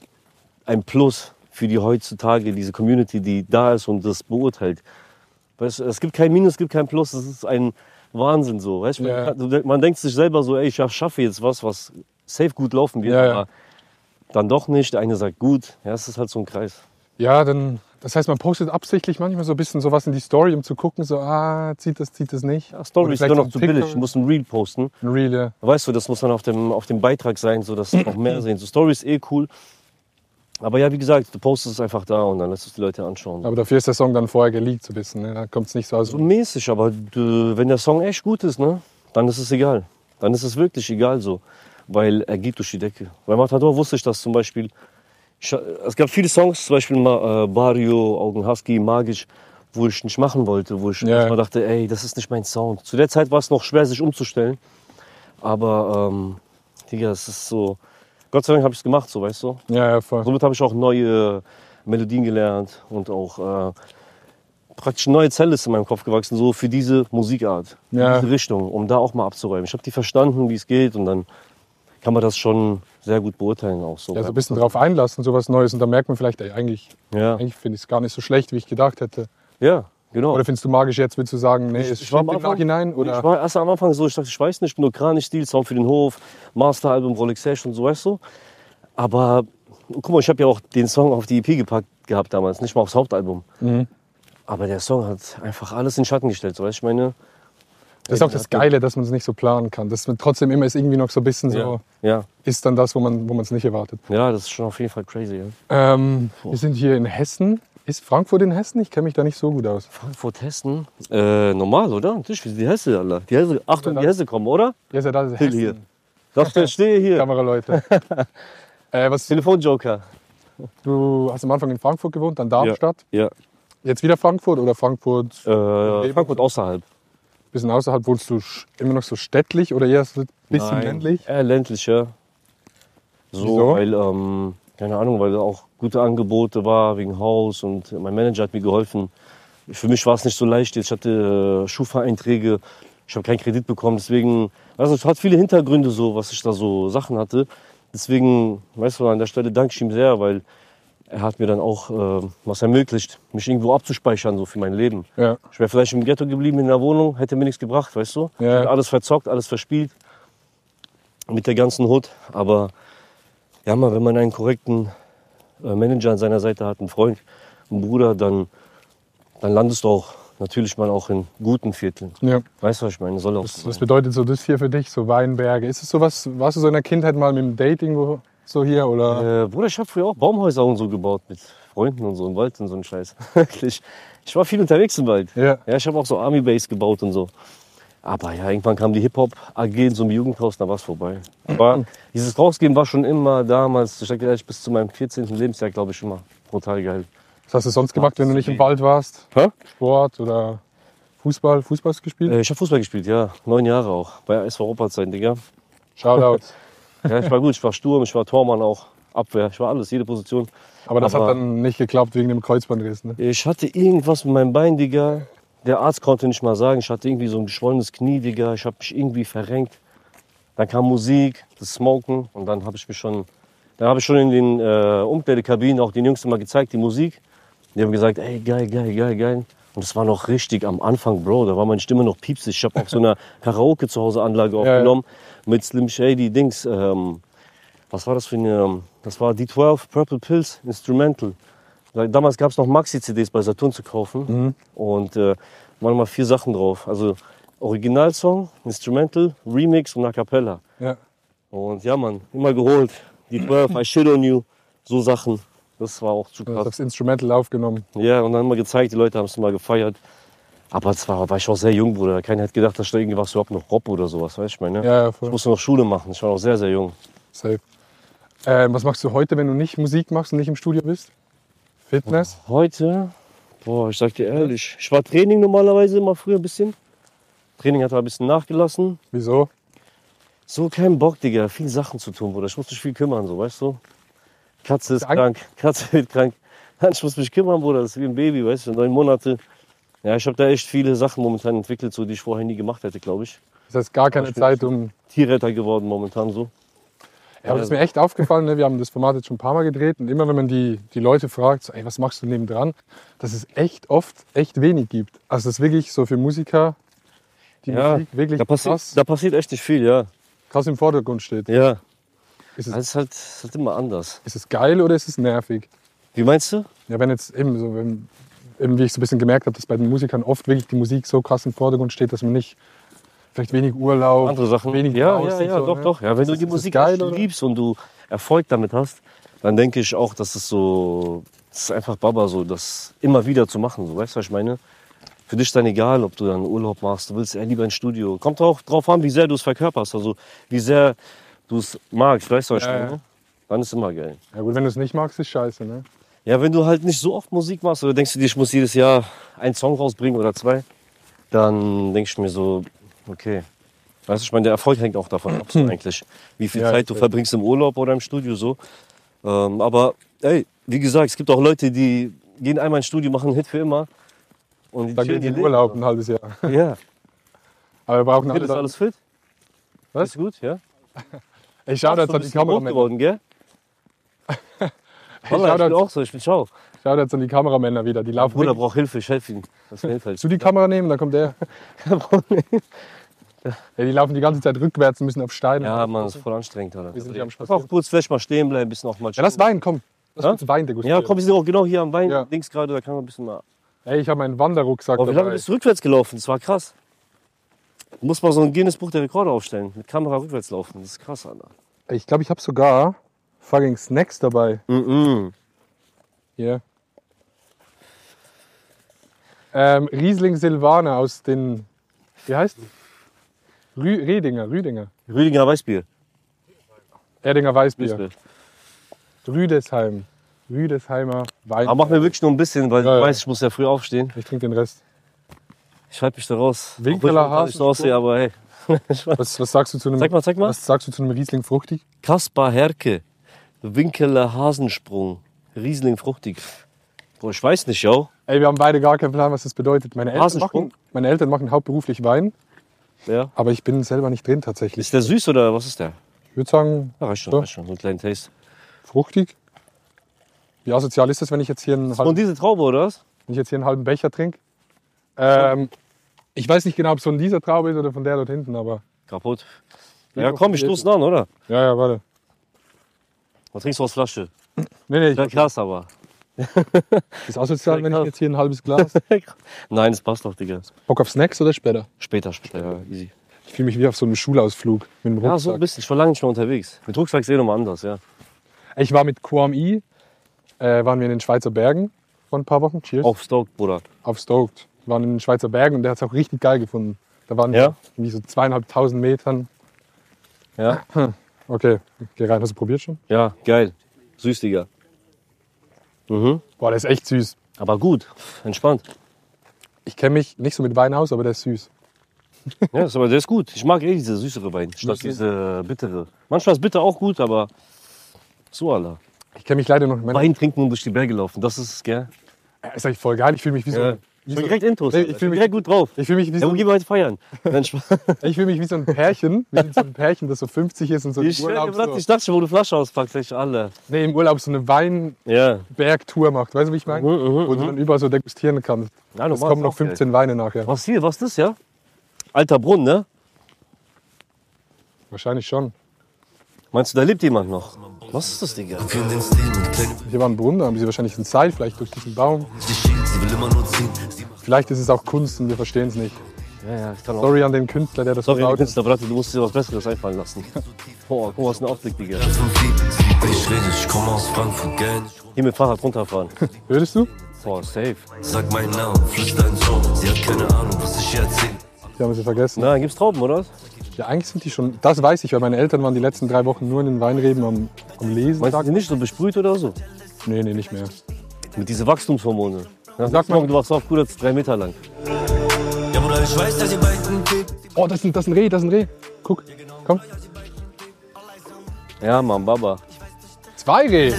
ein Plus für die heutzutage, diese Community, die da ist und das beurteilt. Weißt, du, es gibt kein Minus, es gibt kein Plus, es ist ein Wahnsinn so. Weißt, du,
Ja.
man, kann- man denkt sich selber so, ey, ich schaffe jetzt was, was safe gut laufen wird,
Ja, ja.
aber dann doch nicht. Der eine sagt gut, ja, es ist halt so ein Kreis.
Ja, dann. Das heißt, man postet absichtlich manchmal so ein bisschen sowas in die Story, um zu gucken, so, ah, zieht das, zieht das nicht.
Ja, Story
Oder
ist
vielleicht
nur
so
noch
ein
zu
TikTok.
billig, ich muss ein Reel posten.
Ein Reel, ja.
Weißt du, das muss dann auf dem, auf dem Beitrag sein, so dass noch mehr sehen. So Story ist eh cool. Aber ja, wie gesagt, du postest es einfach da und dann lässt es die Leute anschauen.
Aber dafür ist der Song dann vorher geleakt, so ein bisschen. Ne? Da kommt es nicht so aus.
So mäßig, aber du, wenn der Song echt gut ist, ne, dann ist es egal. Dann ist es wirklich egal so, weil er geht durch die Decke. Bei Matador wusste ich das zum Beispiel. Ich, äh, es gab viele Songs, zum Beispiel Ma- äh, Barrio, Augen Husky, Magisch, wo ich nicht machen wollte, wo ich
Ja.
erstmal dachte, ey, das ist nicht mein Sound. Zu der Zeit war es noch schwer, sich umzustellen. Aber, ähm, Digga, es ist so. Gott sei Dank habe ich es gemacht, so, weißt du?
Ja, ja, voll.
Somit habe ich auch neue Melodien gelernt und auch äh, praktisch eine neue Zelle ist in meinem Kopf gewachsen, so für diese Musikart, für
Ja.
diese Richtung, um da auch mal abzuräumen. Ich habe die verstanden, wie es geht und dann kann man das schon sehr gut beurteilen auch so.
Ja, so ein bisschen drauf einlassen, sowas Neues. Und da merkt man vielleicht, ey, eigentlich,
ja.
eigentlich finde ich es gar nicht so schlecht, wie ich gedacht hätte.
ja, genau.
Oder findest du magisch jetzt, würdest du sagen, nee, es
Ich war am
stimmt im
Anfang-
Nachhinein?
Ich
Oder?
war erst am Anfang so, ich dachte, ich weiß nicht, ich bin Ukrainisch-Stil, Sound für den Hof, Masteralbum, Rolex Sash und so, weißt du? Aber guck mal, ich habe ja auch den Song auf die EP gepackt gehabt damals, nicht mal aufs Hauptalbum. Aber der Song hat einfach alles in Schatten gestellt, so, weißt du, ich meine?
Das ist auch das Geile, dass man es nicht so planen kann. Dass man trotzdem immer ist irgendwie noch so ein bisschen so,
Ja,
ist dann das, wo man es nicht erwartet.
ja, das ist schon auf jeden Fall crazy, ja.
Ähm, wir sind hier in Hessen Ist Frankfurt in Hessen? Ich kenne mich da nicht so gut aus.
Frankfurt, Hessen. Äh, normal, oder? Natürlich, wie sind die Hesse, Alter. Die Hesse, Achtung, die Hesse kommen, oder?
Ja, ist ja das ist
Till hier. Das verstehe hier. [laughs]
Kameraleute. äh, was,
Telefonjoker.
du hast am Anfang in Frankfurt gewohnt, dann Darmstadt.
Ja.
Jetzt wieder Frankfurt oder Frankfurt?
Äh, Frankfurt außerhalb.
bisschen außerhalb wohnst du sch- immer noch so städtlich oder eher so ein bisschen
Nein.
ländlich?
Äh, ländlich, ja. So,
Wieso?
weil, ähm, keine Ahnung, weil da auch gute Angebote war wegen Haus und mein Manager hat mir geholfen. Für mich war es nicht so leicht. jetzt. Ich hatte äh, Schufa-Einträge, ich habe keinen Kredit bekommen, deswegen, also es hat viele Hintergründe so, was ich da so Sachen hatte. Deswegen, weißt du, an der Stelle danke ich ihm sehr, weil er hat mir dann auch äh, was ermöglicht, mich irgendwo abzuspeichern so für mein Leben.
Ja.
Ich wäre vielleicht im Ghetto geblieben in der Wohnung, hätte mir nichts gebracht, weißt du?
Ja.
Hätte Alles verzockt, alles verspielt mit der ganzen Hut. Aber ja, mal, wenn man einen korrekten äh, Manager an seiner Seite hat, einen Freund, einen Bruder, dann, dann landest du auch natürlich mal auch in guten Vierteln.
ja.
Weißt du, was ich meine? Soll auch so
Was
sein.
bedeutet so das hier für dich, so Weinberge? Ist es sowas, warst du so in der Kindheit mal mit dem Dating wo, so hier oder?
Äh, Bruder, ich habe früher auch Baumhäuser und so gebaut mit Freunden und so im Wald und so ein Scheiß. [laughs] Wirklich. Ich war viel unterwegs im Wald.
Ja.
Ja, ich habe auch so Army Base gebaut und so. Aber ja, irgendwann kam die Hip-Hop-AG in so einem Jugendhaus, da war es vorbei. Aber dieses Rausgehen war schon immer damals, ich sag dir ehrlich, bis zu meinem 14. Lebensjahr, glaube ich, immer brutal geil.
Was hast du sonst gemacht, wenn du nicht im Wald warst?
Hä?
Sport oder Fußball? Fußball hast du gespielt?
Äh, ich habe Fußball gespielt, ja. Neun Jahre auch. Bei SV Europazeit, Digga.
Shoutout.
Ja, ich war gut, ich war Sturm, ich war Tormann auch. Abwehr, ich war alles, jede Position.
Aber das
Aber-
hat dann nicht geklappt wegen dem Kreuzbandriss. Ne?
Ich hatte irgendwas mit meinem Bein, Digga. Der Arzt konnte nicht mal sagen. Ich hatte irgendwie so ein geschwollenes Knie, Digga. Ich habe mich irgendwie verrenkt. Dann kam Musik, das Smoken und dann habe ich mich schon, dann habe ich schon in den äh, Umkleidekabinen auch den Jungs immer gezeigt, die Musik. Die haben gesagt, ey, geil, geil, geil, geil. Und das war noch richtig am Anfang, Bro. Da war meine Stimme noch piepsig. Ich habe auf so einer Karaoke zu Hause Anlage
ja.
aufgenommen mit Slim Shady Dings. Ähm, was war das für eine? ähm, Das war D12 Purple Pills Instrumental. Weil Damals gab es noch Maxi-CDs bei Saturn zu kaufen.
Mhm.
Und äh, waren mal vier Sachen drauf. Also Originalsong, Instrumental, Remix und A Cappella.
Ja.
Und ja, Mann, immer geholt. Die 12, I shit on you. So Sachen. Das war auch zu
Du hast
krass.
aufs Instrumental aufgenommen.
Ja, und dann mal gezeigt, die Leute haben es mal gefeiert. Aber zwar war ich auch sehr jung, Bruder. Keiner hätte gedacht, dass ich da irgendwas überhaupt noch Rob oder sowas, weißt du, ich meine? ne?
Ja, ja,
Ich
voll.
musste noch Schule machen. Ich war noch sehr, sehr jung.
Safe. Ähm, was machst du heute, wenn du nicht Musik machst und nicht im Studio bist? Fitness?
Heute, boah, ich sag dir ehrlich, ich war Training normalerweise immer früher ein bisschen. Training hat aber ein bisschen nachgelassen.
Wieso?
So kein Bock, Digga, viel Sachen zu tun, Bruder. Ich muss mich viel kümmern, so, weißt du? Katze ist
Krank?
krank, [laughs] Katze wird krank. Nein, Ich muss mich kümmern, Bruder, das ist wie ein Baby, weißt du, neun Monate. Ja, ich habe da echt viele Sachen momentan entwickelt, so, die ich vorher nie gemacht hätte, glaube ich.
Das heißt, gar keine Zeit, um
Tierretter geworden momentan so.
Ja, aber das ist mir echt aufgefallen, ne? wir haben das Format jetzt schon ein paar Mal gedreht und immer wenn man die, die Leute fragt, so, ey, was machst du nebendran, dass es echt oft echt wenig gibt. Also das ist wirklich so für Musiker, die
Ja,
Musik wirklich
Da, passi
krass,
da passiert echt nicht viel, ja.
krass im Vordergrund steht.
Ja.
Ist,
Das
es,
ist halt, ist halt immer anders.
ist es geil oder ist es nervig?
Wie meinst du?
Ja, wenn jetzt eben so, wenn, eben wie ich so ein bisschen gemerkt habe, dass bei den Musikern oft wirklich die Musik so krass im Vordergrund steht, dass man nicht vielleicht wenig Urlaub,
andere Sachen.
wenig
ja, ja,
draußen,
ja,
so,
doch,
ne?
doch. Ja, wenn
Ist
du
es-
die
ist es
Musik
geil,
echt
oder?
liebst und du Erfolg damit hast, dann denke ich auch, dass es so, das ist einfach Baba so, das immer wieder zu machen. So, weißt du, was ich meine? Für dich ist dann egal, ob du dann Urlaub machst, du willst eher lieber ins Studio. Kommt auch drauf an, wie sehr du es verkörperst, also wie sehr du es magst, weißt du, was ich
Ja, ja.
meine? Dann ist immer geil.
Ja gut, wenn du es nicht magst, ist scheiße, ne?
Ja, wenn du halt nicht so oft Musik machst oder denkst du dir, ich muss jedes Jahr einen Song rausbringen oder zwei, dann denke ich mir so, okay. Weißt du, ich meine, der Erfolg hängt auch davon ab, so eigentlich. Wie viel
Hm. Ja,
Zeit du
ja.
verbringst im Urlaub oder im Studio so. Ähm, aber, ey, wie gesagt, es gibt auch Leute, die gehen einmal ins Studio, machen einen Hit für immer. Und die
Dann
chillen
geht in
ihr
Urlaub
[laughs]
ein halbes Jahr.
Leben.
[laughs]
Ja.
Aber wir brauchen also alle
Fit, ist
dann,
alles fit?
Was? Ah,
Ist gut, ja?
Ey,
Hast
Shoutouts
du ein
an die
bisschen rot
Kameramänner.
geworden, gell?
[laughs] Hey,
Wallah, ich bin
Shoutouts,
auch so, ich bin schau.
Shoutouts an die Kameramänner wieder. Die laufen
Bruder
wirklich
braucht Hilfe, ich helfe ihm. Das mir hilfreich.
Zu die Kamera nehmen, dann
[laughs]
kommt der. Ja, die laufen die ganze Zeit rückwärts und müssen auf Steine.
Ja, Mann, das ist voll anstrengend, Alter.
also, Wir sind hier am Spaß.
Auch kurz vielleicht mal stehen bleiben, bisschen auch mal
Ja, lass Wein, komm. Lass
Ja?
uns Wein degustieren.
Ja, komm, wir sind auch genau hier am Wein,
Ja.
links gerade, da kann man ein bisschen mal.
Ey, ich habe meinen Wanderrucksack
Aber Oh, wie lange
dabei.
bist du rückwärts gelaufen? Das war krass. Du musst mal so ein Guinness Buch der Rekorde aufstellen. Mit Kamera rückwärts laufen. Das ist krass, Alter.
Ey, Ich glaube, ich habe sogar fucking Snacks dabei. Hier. Ähm, Riesling Silvaner aus den, wie heißt? Rü Redinger, Rüdinger.
Rüdinger Weißbier.
Erdinger Weißbier.
Weißbier.
Rüdesheim. Rüdesheimer Wein.
Aber mach mir wirklich nur ein bisschen, weil
Ja, ja.
ich weiß, ich muss ja früh aufstehen.
ich trinke den Rest.
Ich halte mich da raus. Obwohl ich
Winkeler
momentan nicht so
Hasenspur.
aussehe, aber hey.
Was, was sagst du zu einem,
Zeig mal, zeig mal.
was sagst du zu einem Riesling fruchtig?
Kaspar Herke, Winkeler Hasensprung, Riesling fruchtig. Boah, ich weiß nicht, yo.
Ey, wir haben beide gar keinen Plan, was das bedeutet. Meine Eltern,
Hasensprung?
machen, meine Eltern machen hauptberuflich Wein,
Ja.
aber ich bin selber nicht drin tatsächlich.
Ist der süß oder was ist der?
Ich würde sagen,
Ja, reicht schon,
Ja.
reicht schon. So einen kleinen Taste.
fruchtig. Wie asozial ist das, wenn ich jetzt hier einen halben,
Und diese Traube, oder was?
wenn ich jetzt hier einen halben Becher trinke? Ähm, ich weiß nicht genau, ob es von dieser Traube ist oder von der dort hinten, aber.
Kaputt. Ja, komm, wir stoßen an, oder?
Ja, ja, warte.
Was trinkst du aus Flasche?
Nee, nee, ich,
Ja, krass,
[laughs]
aber.
ist asozial, wenn ich
krass.
jetzt hier
[laughs]
ein halbes Glas.
Nein, es passt doch, Digga.
Bock auf Snacks oder später?
Später, später, ja, easy.
Ich fühle mich wie auf so einem Schulausflug mit dem Rucksack.
Ja, so ein bisschen. Schon lange nicht mehr unterwegs. Mit Rucksack ist eh nochmal anders, ja.
Ich war mit QMI, äh, waren wir in den Schweizer Bergen vor ein paar Wochen. Cheers.
Auf Stoke, Bruder.
Auf Stoked. Wir waren in den Schweizer Bergen und der hat es auch richtig geil gefunden. Da waren
Ja?
wir irgendwie so zweieinhalbtausend Metern.
Ja?
Okay, geh rein. Hast du probiert schon?
Ja, geil. Süß, Digga. Mhm.
Boah, der ist echt süß.
Aber gut, entspannt.
Ich kenne mich nicht so mit Wein aus, aber der ist süß.
Ja, ist aber der ist gut. Ich mag eh diese süßere Wein, statt
Okay.
diese äh, bittere. Manchmal ist bitter auch gut, aber so Allah.
Ich kenne mich leider noch nicht. mehr-
Wein trinken und durch die Berge laufen, das ist es, gell?
Äh, Ist eigentlich voll geil. Ich fühle mich wie so.
Ja.
Wie
Ich
so
bin direkt Intros.
Nee, ich
Alter. ich bin
fühl mich-
direkt gut drauf.
ich fühle mich, wie
Ja,
so,
wo gehen wir heute [laughs] feiern? Nein, Spaß.
ich fühl mich wie so ein
[laughs]
Pärchen, wie so ein Pärchen, das so 50 ist und so im
ich,
Urlaub,
schwör, ich
so,
dachte schon, wo du Flasche auspackst, echt alle.
nee, im Urlaub so eine Weinbergtour
Ja.
macht. Weißt du, wie ich
Mhm,
meine? Wo du dann überall so degustieren kannst.
Ja,
Es
normal,
kommen
ist
noch
auch geil.
15 Weine nachher.
Was hier, was ist das, ja? Alter Brunnen, ne?
Wahrscheinlich schon.
Meinst du, da lebt jemand noch? Was ist das, Digga?
Führen ins Leben und kleine
Hier war ein Brunnen, da haben sie wahrscheinlich ein Seil, vielleicht durch diesen Baum.
Sie schiebt, sie will immer nur ziehen. Sie macht
Vielleicht ist es auch Kunst und wir verstehen es nicht.
Ja, ja, ich kann auch.
Sorry an den Künstler, der das
Sorry,
gebaut hat.
Künstler, Bratte, du musst dir was Besseres einfallen lassen. Boah, guck mal, was ein Ausblick, Digga.
Platz und fliegt. Sie liebt mich reden, ich komme aus Frankfurt, gell? nicht rum.
Hier mit Fahrrad runterfahren.
Würdest du?
Boah, safe.
Sag meinen Namen, flüster ins Ohr. Sie hat keine Ahnung, was ich ihr erzähl.
Die haben sie vergessen.
Na, gibt's Trauben, oder? was?
Ja, eigentlich sind die schon. Das weiß ich, weil meine Eltern waren die letzten drei Wochen nur in den Weinreben am, am Lesen.
Meinst du die sind nicht so besprüht oder so?
Nee, nee, nicht mehr.
Mit diese Wachstumshormone. Dann
Sag
sagst
mal-
du, du wachst auf, Bruder, das ist drei Meter lang.
Ja, Bruder, ich weiß, dass ihr beiden geht.
Oh, das ist, ein- das ist ein Reh, das ist ein Reh. Guck, komm.
Ja, Mann, Baba.
Zwei Rehe.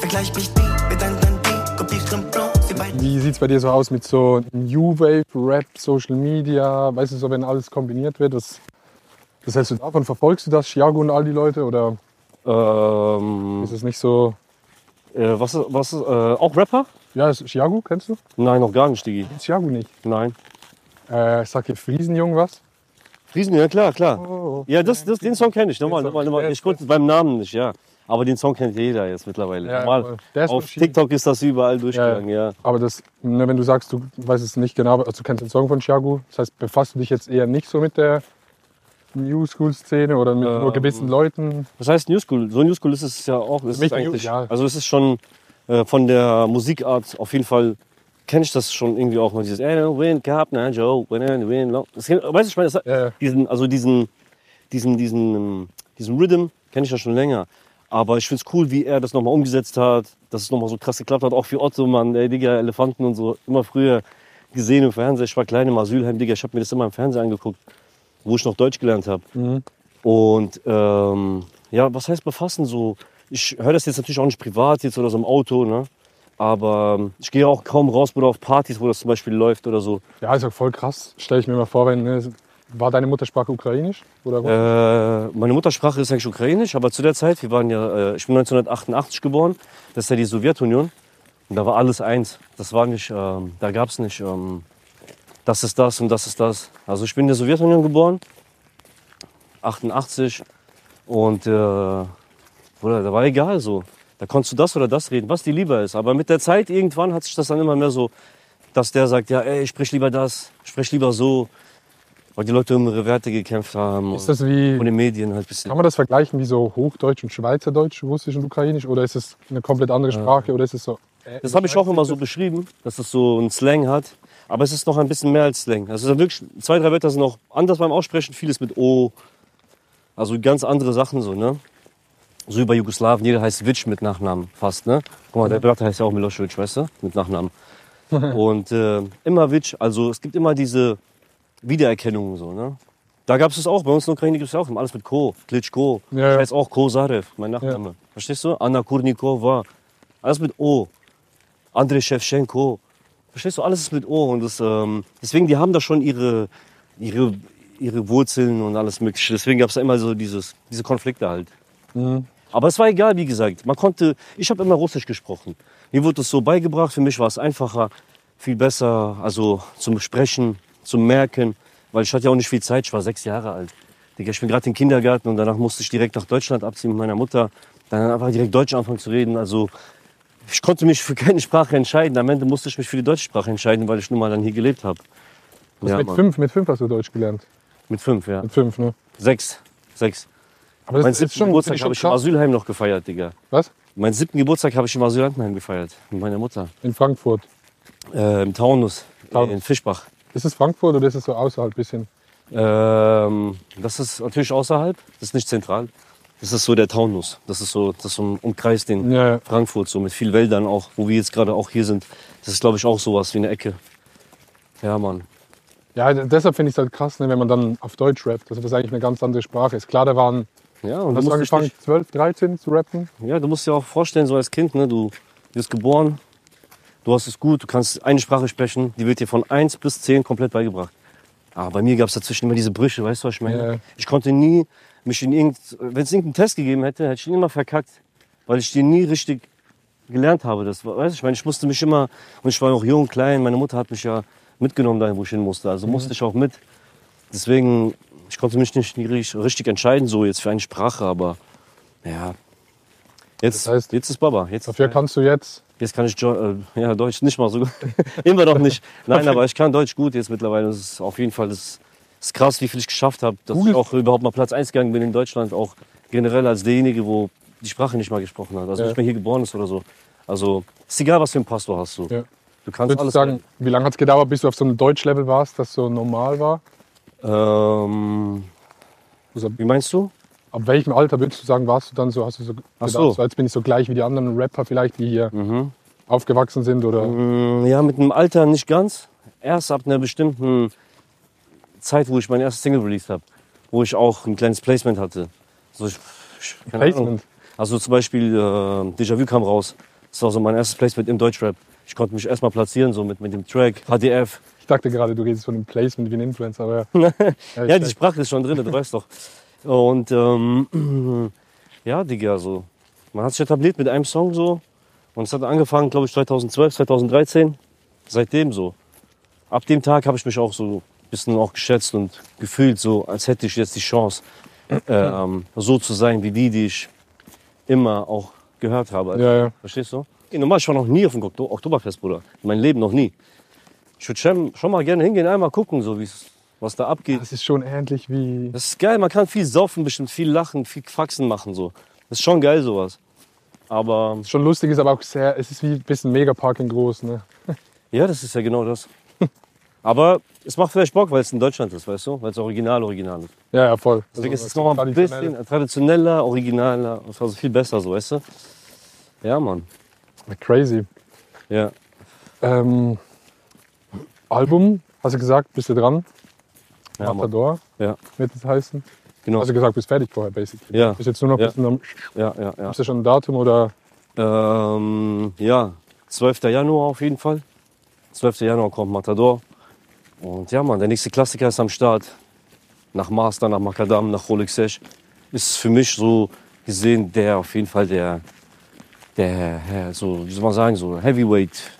Vergleich mich nie mit einem Bandit, kopieren Blanc, sie beiden
Wie sieht's bei dir so aus mit so New Wave, Rap, Social Media? Weißt du so, wenn alles kombiniert wird? Was, was hältst du davon? Verfolgst du das, Chiago und all die Leute? Oder
Ähm,
ist es nicht so.
äh, was, ist- was, ist, äh, auch Rapper?
Ja, ist Chiago, kennst du?
Nein, noch gar nicht, Digi.
Chiago nicht.
Nein.
Äh, ich sag hier Friesenjung was.
Riesen, ja klar, klar. Ja, das, das, den Song kenne ich. Nochmal,
Oh, Den Song-
nochmal, nochmal. Ich konnte es beim Namen nicht, ja. Aber den Song kennt jeder jetzt mittlerweile.
Ja,
Normal.
voll. Der ist
auf
verschieden.
TikTok ist das überall durchgegangen, ja.
Aber das, ne, wenn du sagst, du weißt es nicht genau, aber also du kennst den Song von Chiago, das heißt, befasst du dich jetzt eher nicht so mit der New School-Szene oder mit nur
Ähm,
gewissen Leuten?
Das heißt New School. So New School ist es ja auch. Ist es
mich New-
eigentlich,
ja.
Also es ist schon äh, von der Musikart auf jeden Fall kenne ich das schon irgendwie auch mal dieses "I don't Win Cup, na Joe, win and win. Long. Das, kenn- weißt du, ich meine, das,
Ja, ja.
diesen, also diesen, diesen, diesen, ähm, diesen Rhythm kenne ich ja schon länger. Aber ich finde es cool, wie er das nochmal umgesetzt hat, dass es nochmal so krass geklappt hat. Auch für Otto, Mann, ey, Digga, Elefanten und so. Immer früher gesehen im Fernsehen. Ich war klein im Asylheim, Digga. Ich habe mir das immer im Fernsehen angeguckt, wo ich noch Deutsch gelernt habe. Und ähm, ja, was heißt befassen so? Ich höre das jetzt natürlich auch nicht privat jetzt oder so im Auto, ne? Aber ähm, ich gehe auch kaum raus, Bruder, auf Partys, wo das zum Beispiel läuft oder so.
Ja, ist auch voll krass. Stelle ich mir mal vor, wenn. Ne, war deine Muttersprache ukrainisch? Oder
Äh, meine Muttersprache ist eigentlich ukrainisch, aber zu der Zeit, wir waren ja, äh, ich bin 1988 geboren, das ist ja die Sowjetunion. Und da war alles eins. Das war nicht, ähm, da gab es nicht, ähm, das ist das und das ist das. Also ich bin in der Sowjetunion geboren, 88. Und äh, Bruder, da war egal so. Da konntest du das oder das reden, was dir lieber ist. Aber mit der Zeit irgendwann hat sich das dann immer mehr so, dass der sagt, ja, ey, sprich lieber das, sprich lieber so. Weil die Leute um ihre Werte gekämpft haben.
ist das wie.
Von den Medien halt ein bisschen.
Kann man das vergleichen wie so Hochdeutsch und Schweizerdeutsch, Russisch und Ukrainisch? Oder ist es eine komplett andere Sprache? Oder ist es so. äh,
Das habe ich auch immer so beschrieben, dass es so einen Slang hat. Aber es ist noch ein bisschen mehr als Slang. Also es sind wirklich, zwei, drei Wörter sind noch anders beim Aussprechen, vieles mit O. Also ganz andere Sachen so, ne? So wie bei Jugoslawen, jeder heißt Witsch mit Nachnamen fast, ne? Guck mal, der Blatt heißt ja auch Milosevic, weißt du? Mit
[laughs]
Nachnamen. Und äh, immer Witsch, also es gibt immer diese Wiedererkennungen so, ne? Da gab es es auch, bei uns in der Ukraine gibt es auch alles mit Ko, Klitschko.
Ja, ja.
Ich heiße auch Kozarev, mein Nachname. Verstehst du? Anna Kurnikova. Alles mit O. Andrei Shevchenko. Verstehst du, alles ist mit O. Und das, ähm, deswegen, die haben da schon ihre, ihre, ihre Wurzeln und alles Mögliche. Deswegen gab es immer so dieses, diese Konflikte halt. Aber es war egal, wie gesagt. Man konnte, ich habe immer Russisch gesprochen. Mir wurde es so beigebracht. Für mich war es einfacher, viel besser, also zum Sprechen, zum Merken. Weil ich hatte ja auch nicht viel Zeit. Ich war sechs Jahre alt. Digga, ich bin gerade im Kindergarten und danach musste ich direkt nach Deutschland abziehen mit meiner Mutter. Dann einfach direkt Deutsch anfangen zu reden. Also ich konnte mich für keine Sprache entscheiden. Am Ende musste ich mich für die deutsche Sprache entscheiden, weil ich nun mal dann hier gelebt habe. Ja,
mit,
Mann.
fünf, mit fünf hast du Deutsch gelernt.
Mit fünf, ja.
Mit fünf, ne?
Sechs. Sechs.
Aber
Mein siebten
finde
Geburtstag habe ich im
krass.
Asylheim noch gefeiert, Digga.
Was?
Meinen siebten Geburtstag habe ich im Asylantenheim gefeiert. Mit meiner Mutter.
In Frankfurt.
Äh, Im Taunus,
Taunus.
in Fischbach.
Ist es Frankfurt oder ist es so außerhalb ein bisschen?
Ähm, das ist natürlich außerhalb, das ist nicht zentral. Das ist so der Taunus. Das ist so, das um, umkreist den
Ja, ja.
Frankfurt, so mit viel Wäldern auch, wo wir jetzt gerade auch hier sind. Das ist, glaube ich, auch sowas wie eine Ecke. Ja, Mann.
Ja, d- deshalb finde ich es halt krass, ne, wenn man dann auf Deutsch rappt, dass das eigentlich eine ganz andere Sprache ist. Klar, da waren,
Ja, und
hast du
musst dich
angefangen, 12, 13 zu rappen?
Ja, du musst dir auch vorstellen, so als Kind, ne, du wirst geboren, du hast es gut, du kannst eine Sprache sprechen, die wird dir von 1 bis 10 komplett beigebracht. Aber bei mir gab es dazwischen immer diese Brüche, weißt du, was ich meine?
Ja.
Ich konnte nie mich in irgend, wenn es irgendeinen Test gegeben hätte, hätte ich ihn immer verkackt, weil ich den nie richtig gelernt habe. Das war, weißt du, ich meine, ich musste mich immer, und ich war noch jung, klein, meine Mutter hat mich ja mitgenommen dahin, wo ich hin musste, also musste ich auch mit. Deswegen, ich konnte mich nicht richtig richtig entscheiden, so jetzt für eine Sprache, aber ja. Jetzt,
Das heißt,
jetzt ist Baba. Jetzt,
Dafür kannst du jetzt,
jetzt kann ich Jo- äh, ja, Deutsch nicht mal so gut. [laughs] Immer noch
[laughs]
nicht. Nein, aber ich kann Deutsch gut jetzt mittlerweile. Es ist auf jeden Fall es ist krass, wie viel ich geschafft habe, dass
Google-
ich auch überhaupt mal Platz 1 gegangen bin in Deutschland. Auch generell als derjenige, wo die Sprache nicht mal gesprochen hat. Also
Ja.
nicht mehr hier geboren ist oder so. Also ist egal, was für ein Pastor hast du.
Ja.
Du kannst
würdest du
alles
sagen, wie lange hat es gedauert, bis du auf so einem Deutschlevel warst, das so normal war?
Ähm,
Also
wie meinst du?
ab welchem Alter würdest du sagen, warst du dann so, hast du so gedacht,
so. Mhm.
jetzt bin ich so gleich wie die anderen Rapper vielleicht, die hier aufgewachsen sind oder
Mm, Ja, mit dem Alter nicht ganz. Erst ab einer bestimmten Zeit, wo ich mein erstes Single released habe, wo ich auch ein kleines Placement hatte. So, ich, ich, keine Ahnung.
Placement?
Also zum Beispiel äh, Déjà-vu kam raus. Das war so mein erstes Placement im Deutschrap. Ich konnte mich erstmal platzieren, so mit, mit dem Track, HDF.
Ich dachte gerade, du redest von einem Placement wie ein Influencer, aber
[laughs]
ja. ich
Ja, die
weiß.
Sprache ist schon drin, du weißt doch. Und ähm, [clears throat] ja, Digga, so. Man hat sich etabliert mit einem Song so. Und es hat angefangen, glaube ich, 2012, 2013. Seitdem so. Ab dem Tag habe ich mich auch so ein bisschen auch geschätzt und gefühlt so, als hätte ich jetzt die Chance, ähm, so zu sein wie die, die ich immer auch gehört habe.
Ja, ja.
Verstehst du? Ey, normal, ich war noch nie auf dem Okto- Oktoberfest, Bruder. In meinem Leben noch nie. Ich würde schon, schon mal gerne hingehen, einmal gucken, so wie's, was da abgeht.
Das ist schon ähnlich wie.
Das ist geil, man kann viel saufen bestimmt, viel lachen, viel Faxen machen so. Das ist schon geil sowas. Aber
Schon lustig ist aber auch sehr, es ist wie ein bisschen Megapark in groß, ne?
ja, das ist ja genau das. Aber es macht vielleicht Bock, weil es in Deutschland ist, weißt du? Weil es original, original ist.
Ja, ja, voll.
Deswegen ist es
so
noch mal ein
traditionell.
bisschen traditioneller, originaler, also viel besser so, weißt du? Ja, Mann.
Crazy.
Ja.
Ähm, Album, hast du gesagt, bist du dran?
Ja, Mann.
Matador
Ja,
wird es heißen.
genau.
Hast du gesagt, bist fertig vorher, basically.
Ja.
Bist jetzt nur noch
Ja.
ein bisschen am.
ja, ja, ja.
Hast du schon ein Datum oder.
Ähm, ja, 12. Januar auf jeden Fall. 12. Januar kommt Matador. Und ja, Mann, der nächste Klassiker ist am Start. Nach Master, nach Makadam, nach Rolex Sesh. Ist für mich so gesehen der auf jeden Fall der, der, ja, so, wie soll man sagen, so Heavyweight.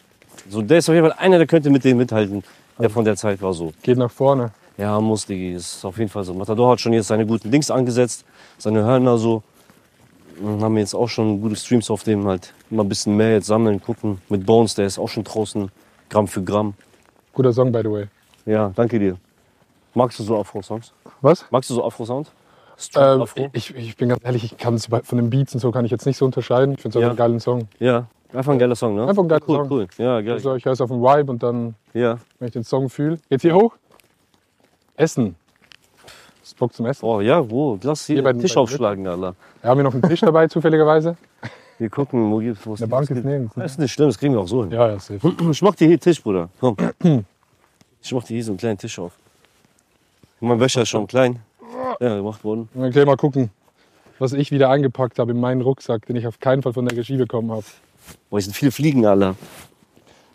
So, der ist auf jeden Fall einer, der könnte mit denen mithalten, der von der Zeit war so.
Geht nach vorne.
Ja, muss, Digi. Das ist auf jeden Fall so. Matador hat schon jetzt seine guten Dings angesetzt, seine Hörner so. Und haben jetzt auch schon gute Streams auf dem halt. Immer ein bisschen mehr jetzt sammeln, gucken. Mit Bones, der ist auch schon draußen. Gramm für Gramm.
Guter Song, by the way.
Ja, danke dir. Magst du so Afro-Sounds?
Was?
Magst du so Afro-Sound? Straight
Ähm,
Afro?
ich, ich bin ganz ehrlich, ich kann es bei- von den Beats und so kann ich jetzt nicht so unterscheiden. Ich finde es
Ja.
einen geilen Song.
Ja. Einfach ein geiler Song, ne?
Einfach ein geiler
cool,
Song.
Cool, Ja, geil.
Also ich höre es auf dem Vibe und dann,
Ja.
wenn ich den Song fühle. Geht's hier hoch? Essen. Das Bock zum Essen.
Oh ja, wo? Lass hier,
Hier bei den-
Tisch
bei den
aufschlagen, Alter.
Wir haben hier noch einen Tisch dabei, [laughs] zufälligerweise.
Wir gucken, wo gibt's was.
Eine Bank ist nirgends. ne?
Das ist nicht schlimm, das kriegen wir auch so hin.
Ja, ja, safe.
Ich mach dir hier Tisch, Bruder. Komm.
[clears throat]
Ich mach dir hier so einen kleinen Tisch auf. Mein Wäscher ist schon klein. Ja, gemacht worden.
Und dann gleich mal gucken, was ich wieder eingepackt habe in meinen Rucksack, den ich auf keinen Fall von der Regie bekommen habe.
Boah, hier sind viele Fliegen, Alter.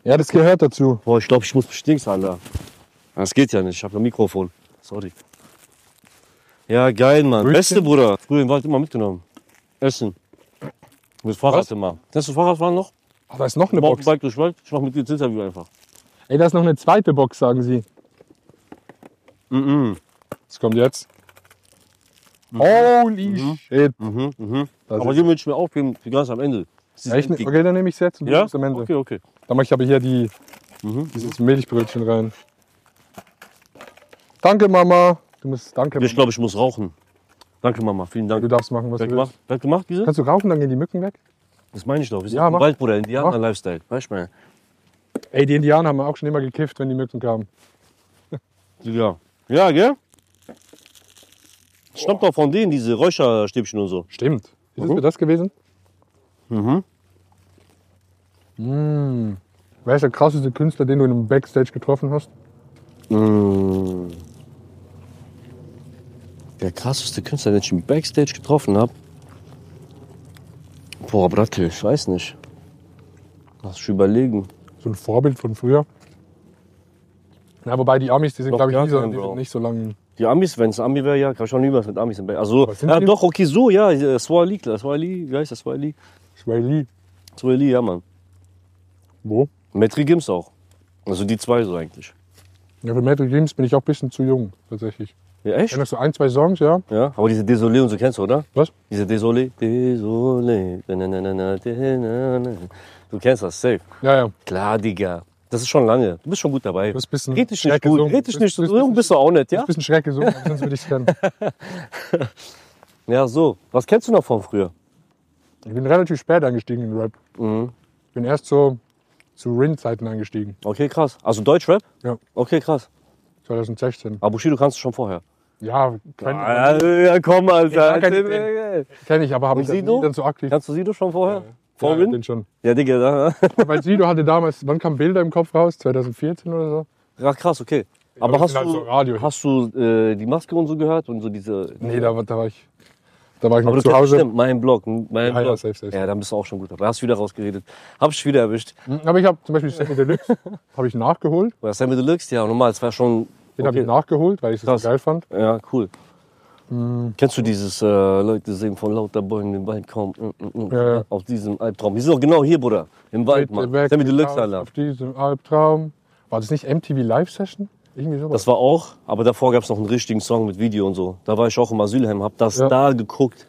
Ja, das gehört dazu.
Boah, ich glaube, ich muss bestimmt, Alter. Das geht ja nicht, ich habe ein Mikrofon. Sorry. Ja, geil, Mann.
Grüß
Beste,
dich.
Bruder. Früher im Wald immer mitgenommen. Essen. Mit Fahrrad
Was?
immer. Kennst du Fahrradfahren noch?
Ah, da ist noch eine Box.
Mountainbike durch Wald. Ich mach mit dir das Interview einfach.
Ey, da ist noch eine zweite Box, sagen sie.
Mhm.
Was kommt jetzt? Holy shit.
Mhm, mhm.
Das
Aber
ist,
die will ich mir aufgeben, die ganz am Ende. Das ist
ja, ich, ne-
endlich.
okay, dann nehme ich es jetzt und
ja?
am Ende.
Okay, okay.
Dann mache ich aber hier die,
Mhm.
dieses Milchbrötchen rein. Danke, Mama. Du musst danke,
Ich
Mama.
glaube, ich muss rauchen. Danke, Mama. Vielen Dank.
Du darfst machen, was
Wer
du
hat
willst.
gemacht? Wer hat gemacht, diese?
Kannst du rauchen, dann gehen die Mücken weg?
Das meine ich doch. Wir sind
Ja,
im
mach.
Wald, Bruder. Indianer-Lifestyle. Weißt du, mal.
Ey, die Indianer haben auch schon immer gekifft, wenn die Mücken kamen.
Ja. Ja, gell? Ich schnapp doch von denen diese Räucherstäbchen und so.
Stimmt. Ist es
Warum?
für das gewesen?
Mhm.
Mm. Wer ist der krasseste Künstler, den du in einem Backstage getroffen hast?
Der krasseste Künstler, den ich im Backstage getroffen habe. Boah, Brattel, ich weiß nicht. Lass ich überlegen.
So ein Vorbild von früher? Na, wobei die Amis, die sind,
Doch,
glaube ich,
ja,
nie so,
kein
die
Bro.
sind nicht so lang.
Die Amis, wenn es Ami wäre, ja, kann ich schon niemals mit Amis im Backstage. Also,
Was sind
ja,
die?
doch, okay, so, ja, äh, Swali, klar, Swali, wie heißt das, Swali?
Swahili.
Swali, ja, Mann.
Wo?
Metri Gims auch. Also die zwei so eigentlich.
Ja, für Metal Games bin ich auch ein bisschen zu jung, tatsächlich.
Ja,
Ich
echt?
kenne noch so ein, zwei Songs, ja.
Ja, aber diese Désolé und so kennst du, oder?
Was?
Diese Désolé, Désolé, da, na, na, na, na, da, na, na. Du kennst das, safe.
Ja, ja.
Klar, Digga. Das ist schon lange. Du bist schon gut dabei.
Du bist ein bisschen
Red dich
schräg
nicht gut.
gesungen.
Red dich nicht so.
Bist- bist-
Jung bist du auch nicht,
Ist
ja?
ein bisschen schräg gesungen, aber sonst würde ich es [laughs] kennen.
Ja, so. Was kennst du noch von früher?
Ich bin relativ spät eingestiegen in den Rap.
Mhm.
Ich bin erst so zu Rin-Zeiten eingestiegen,
Okay, krass. Also Deutschrap?
Ja.
Okay, krass.
2016.
Aber Bushido kannst du schon vorher.
Ja, kenn,
Ah, ja, komm, Alter.
Ja, kann ich-
Erzähl mir.
kenn ich, aber habe ich
Sido?
nie dann so aktiv.
Kannst du Sido schon vorher?
Ja,
Vorhin?
den schon.
Ja, Digga. Da. [laughs]
Weil Sido hatte damals, wann kamen Bilder im Kopf raus? 2014 oder so?
Ja, krass, okay. Aber
das
hast
sind halt
du,
so Radio-
hast du äh, die Maske und so gehört und so diese.
Nee, da, war- da war ich, da war ich
Aber
noch
du
zu
kennst
Hause.
bestimmt meinen Blog. Mein
Ja, ja,
Blog.
safe, safe. Hm.
ja, dann bist du auch schon gut dabei. Hast du wieder rausgeredet. Hab ich wieder erwischt.
Aber ich habe zum Beispiel
[laughs]
Sammy Deluxe habe ich nachgeholt.
Oder Sammy Deluxe, ja, normal, es war schon.
Den habe ich nachgeholt, weil ich es
Krass.
so geil fand.
Ja, cool.
Hm.
Kennst du dieses äh, Leute sehen von lauter Bäumen den Wald kaum? Mm, mm, mm,
Ja, ja.
Auf diesem Albtraum. Die sind doch genau hier, Bruder. Im Wald, Mann.
Weg,
Sammy Deluxe,
raus
Alter.
Auf diesem Albtraum. War das nicht MTV Live Session? Irgendwie sowas.
Das war auch, aber davor gab es noch einen richtigen Song mit Video und so. Da war ich auch im Asylheim, hab das
Ja.
da geguckt.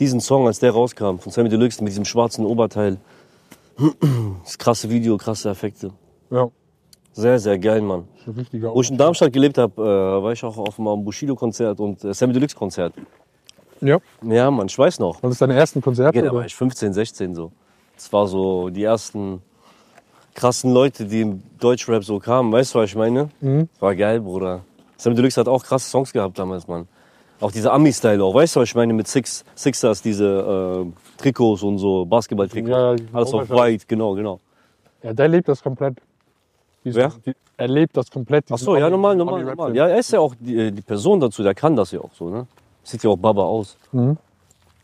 Diesen Song, als der rauskam, von Sammy Deluxe mit diesem schwarzen Oberteil. [clears throat] Das krasse Video, krasse Effekte.
ja,
Sehr, sehr geil, Mann.
das ist ein richtiger
Wo ich in Darmstadt gelebt habe, äh, war ich auch auf einem Bushido-Konzert und äh, Sammy Deluxe-Konzert.
Ja.
Ja, Mann, ich weiß noch.
War das deine ersten Konzerte?
Ja, da war
oder?
ich 15, 16 so. Das war so die ersten krassen Leute, die im Deutschrap so kamen. Weißt du, was ich meine? Das war geil, Bruder. Sammy Deluxe hat auch krasse Songs gehabt damals, Mann. Auch diese Ami-Style auch. Weißt du, was ich meine mit Six, Sixers, diese äh, Trikots und so, Basketball-Trikots.
Ja, ja,
Alles auf
Oberteil.
white, genau, genau.
ja, der lebt das komplett. Diesen,
Wer?
Die, er lebt das komplett.
Ach so, ja, normal, normal, normal.
Ja.
Ja, er ist ja auch die, die Person dazu, der kann das ja auch so, ne? Sieht ja auch Baba aus.
Mhm.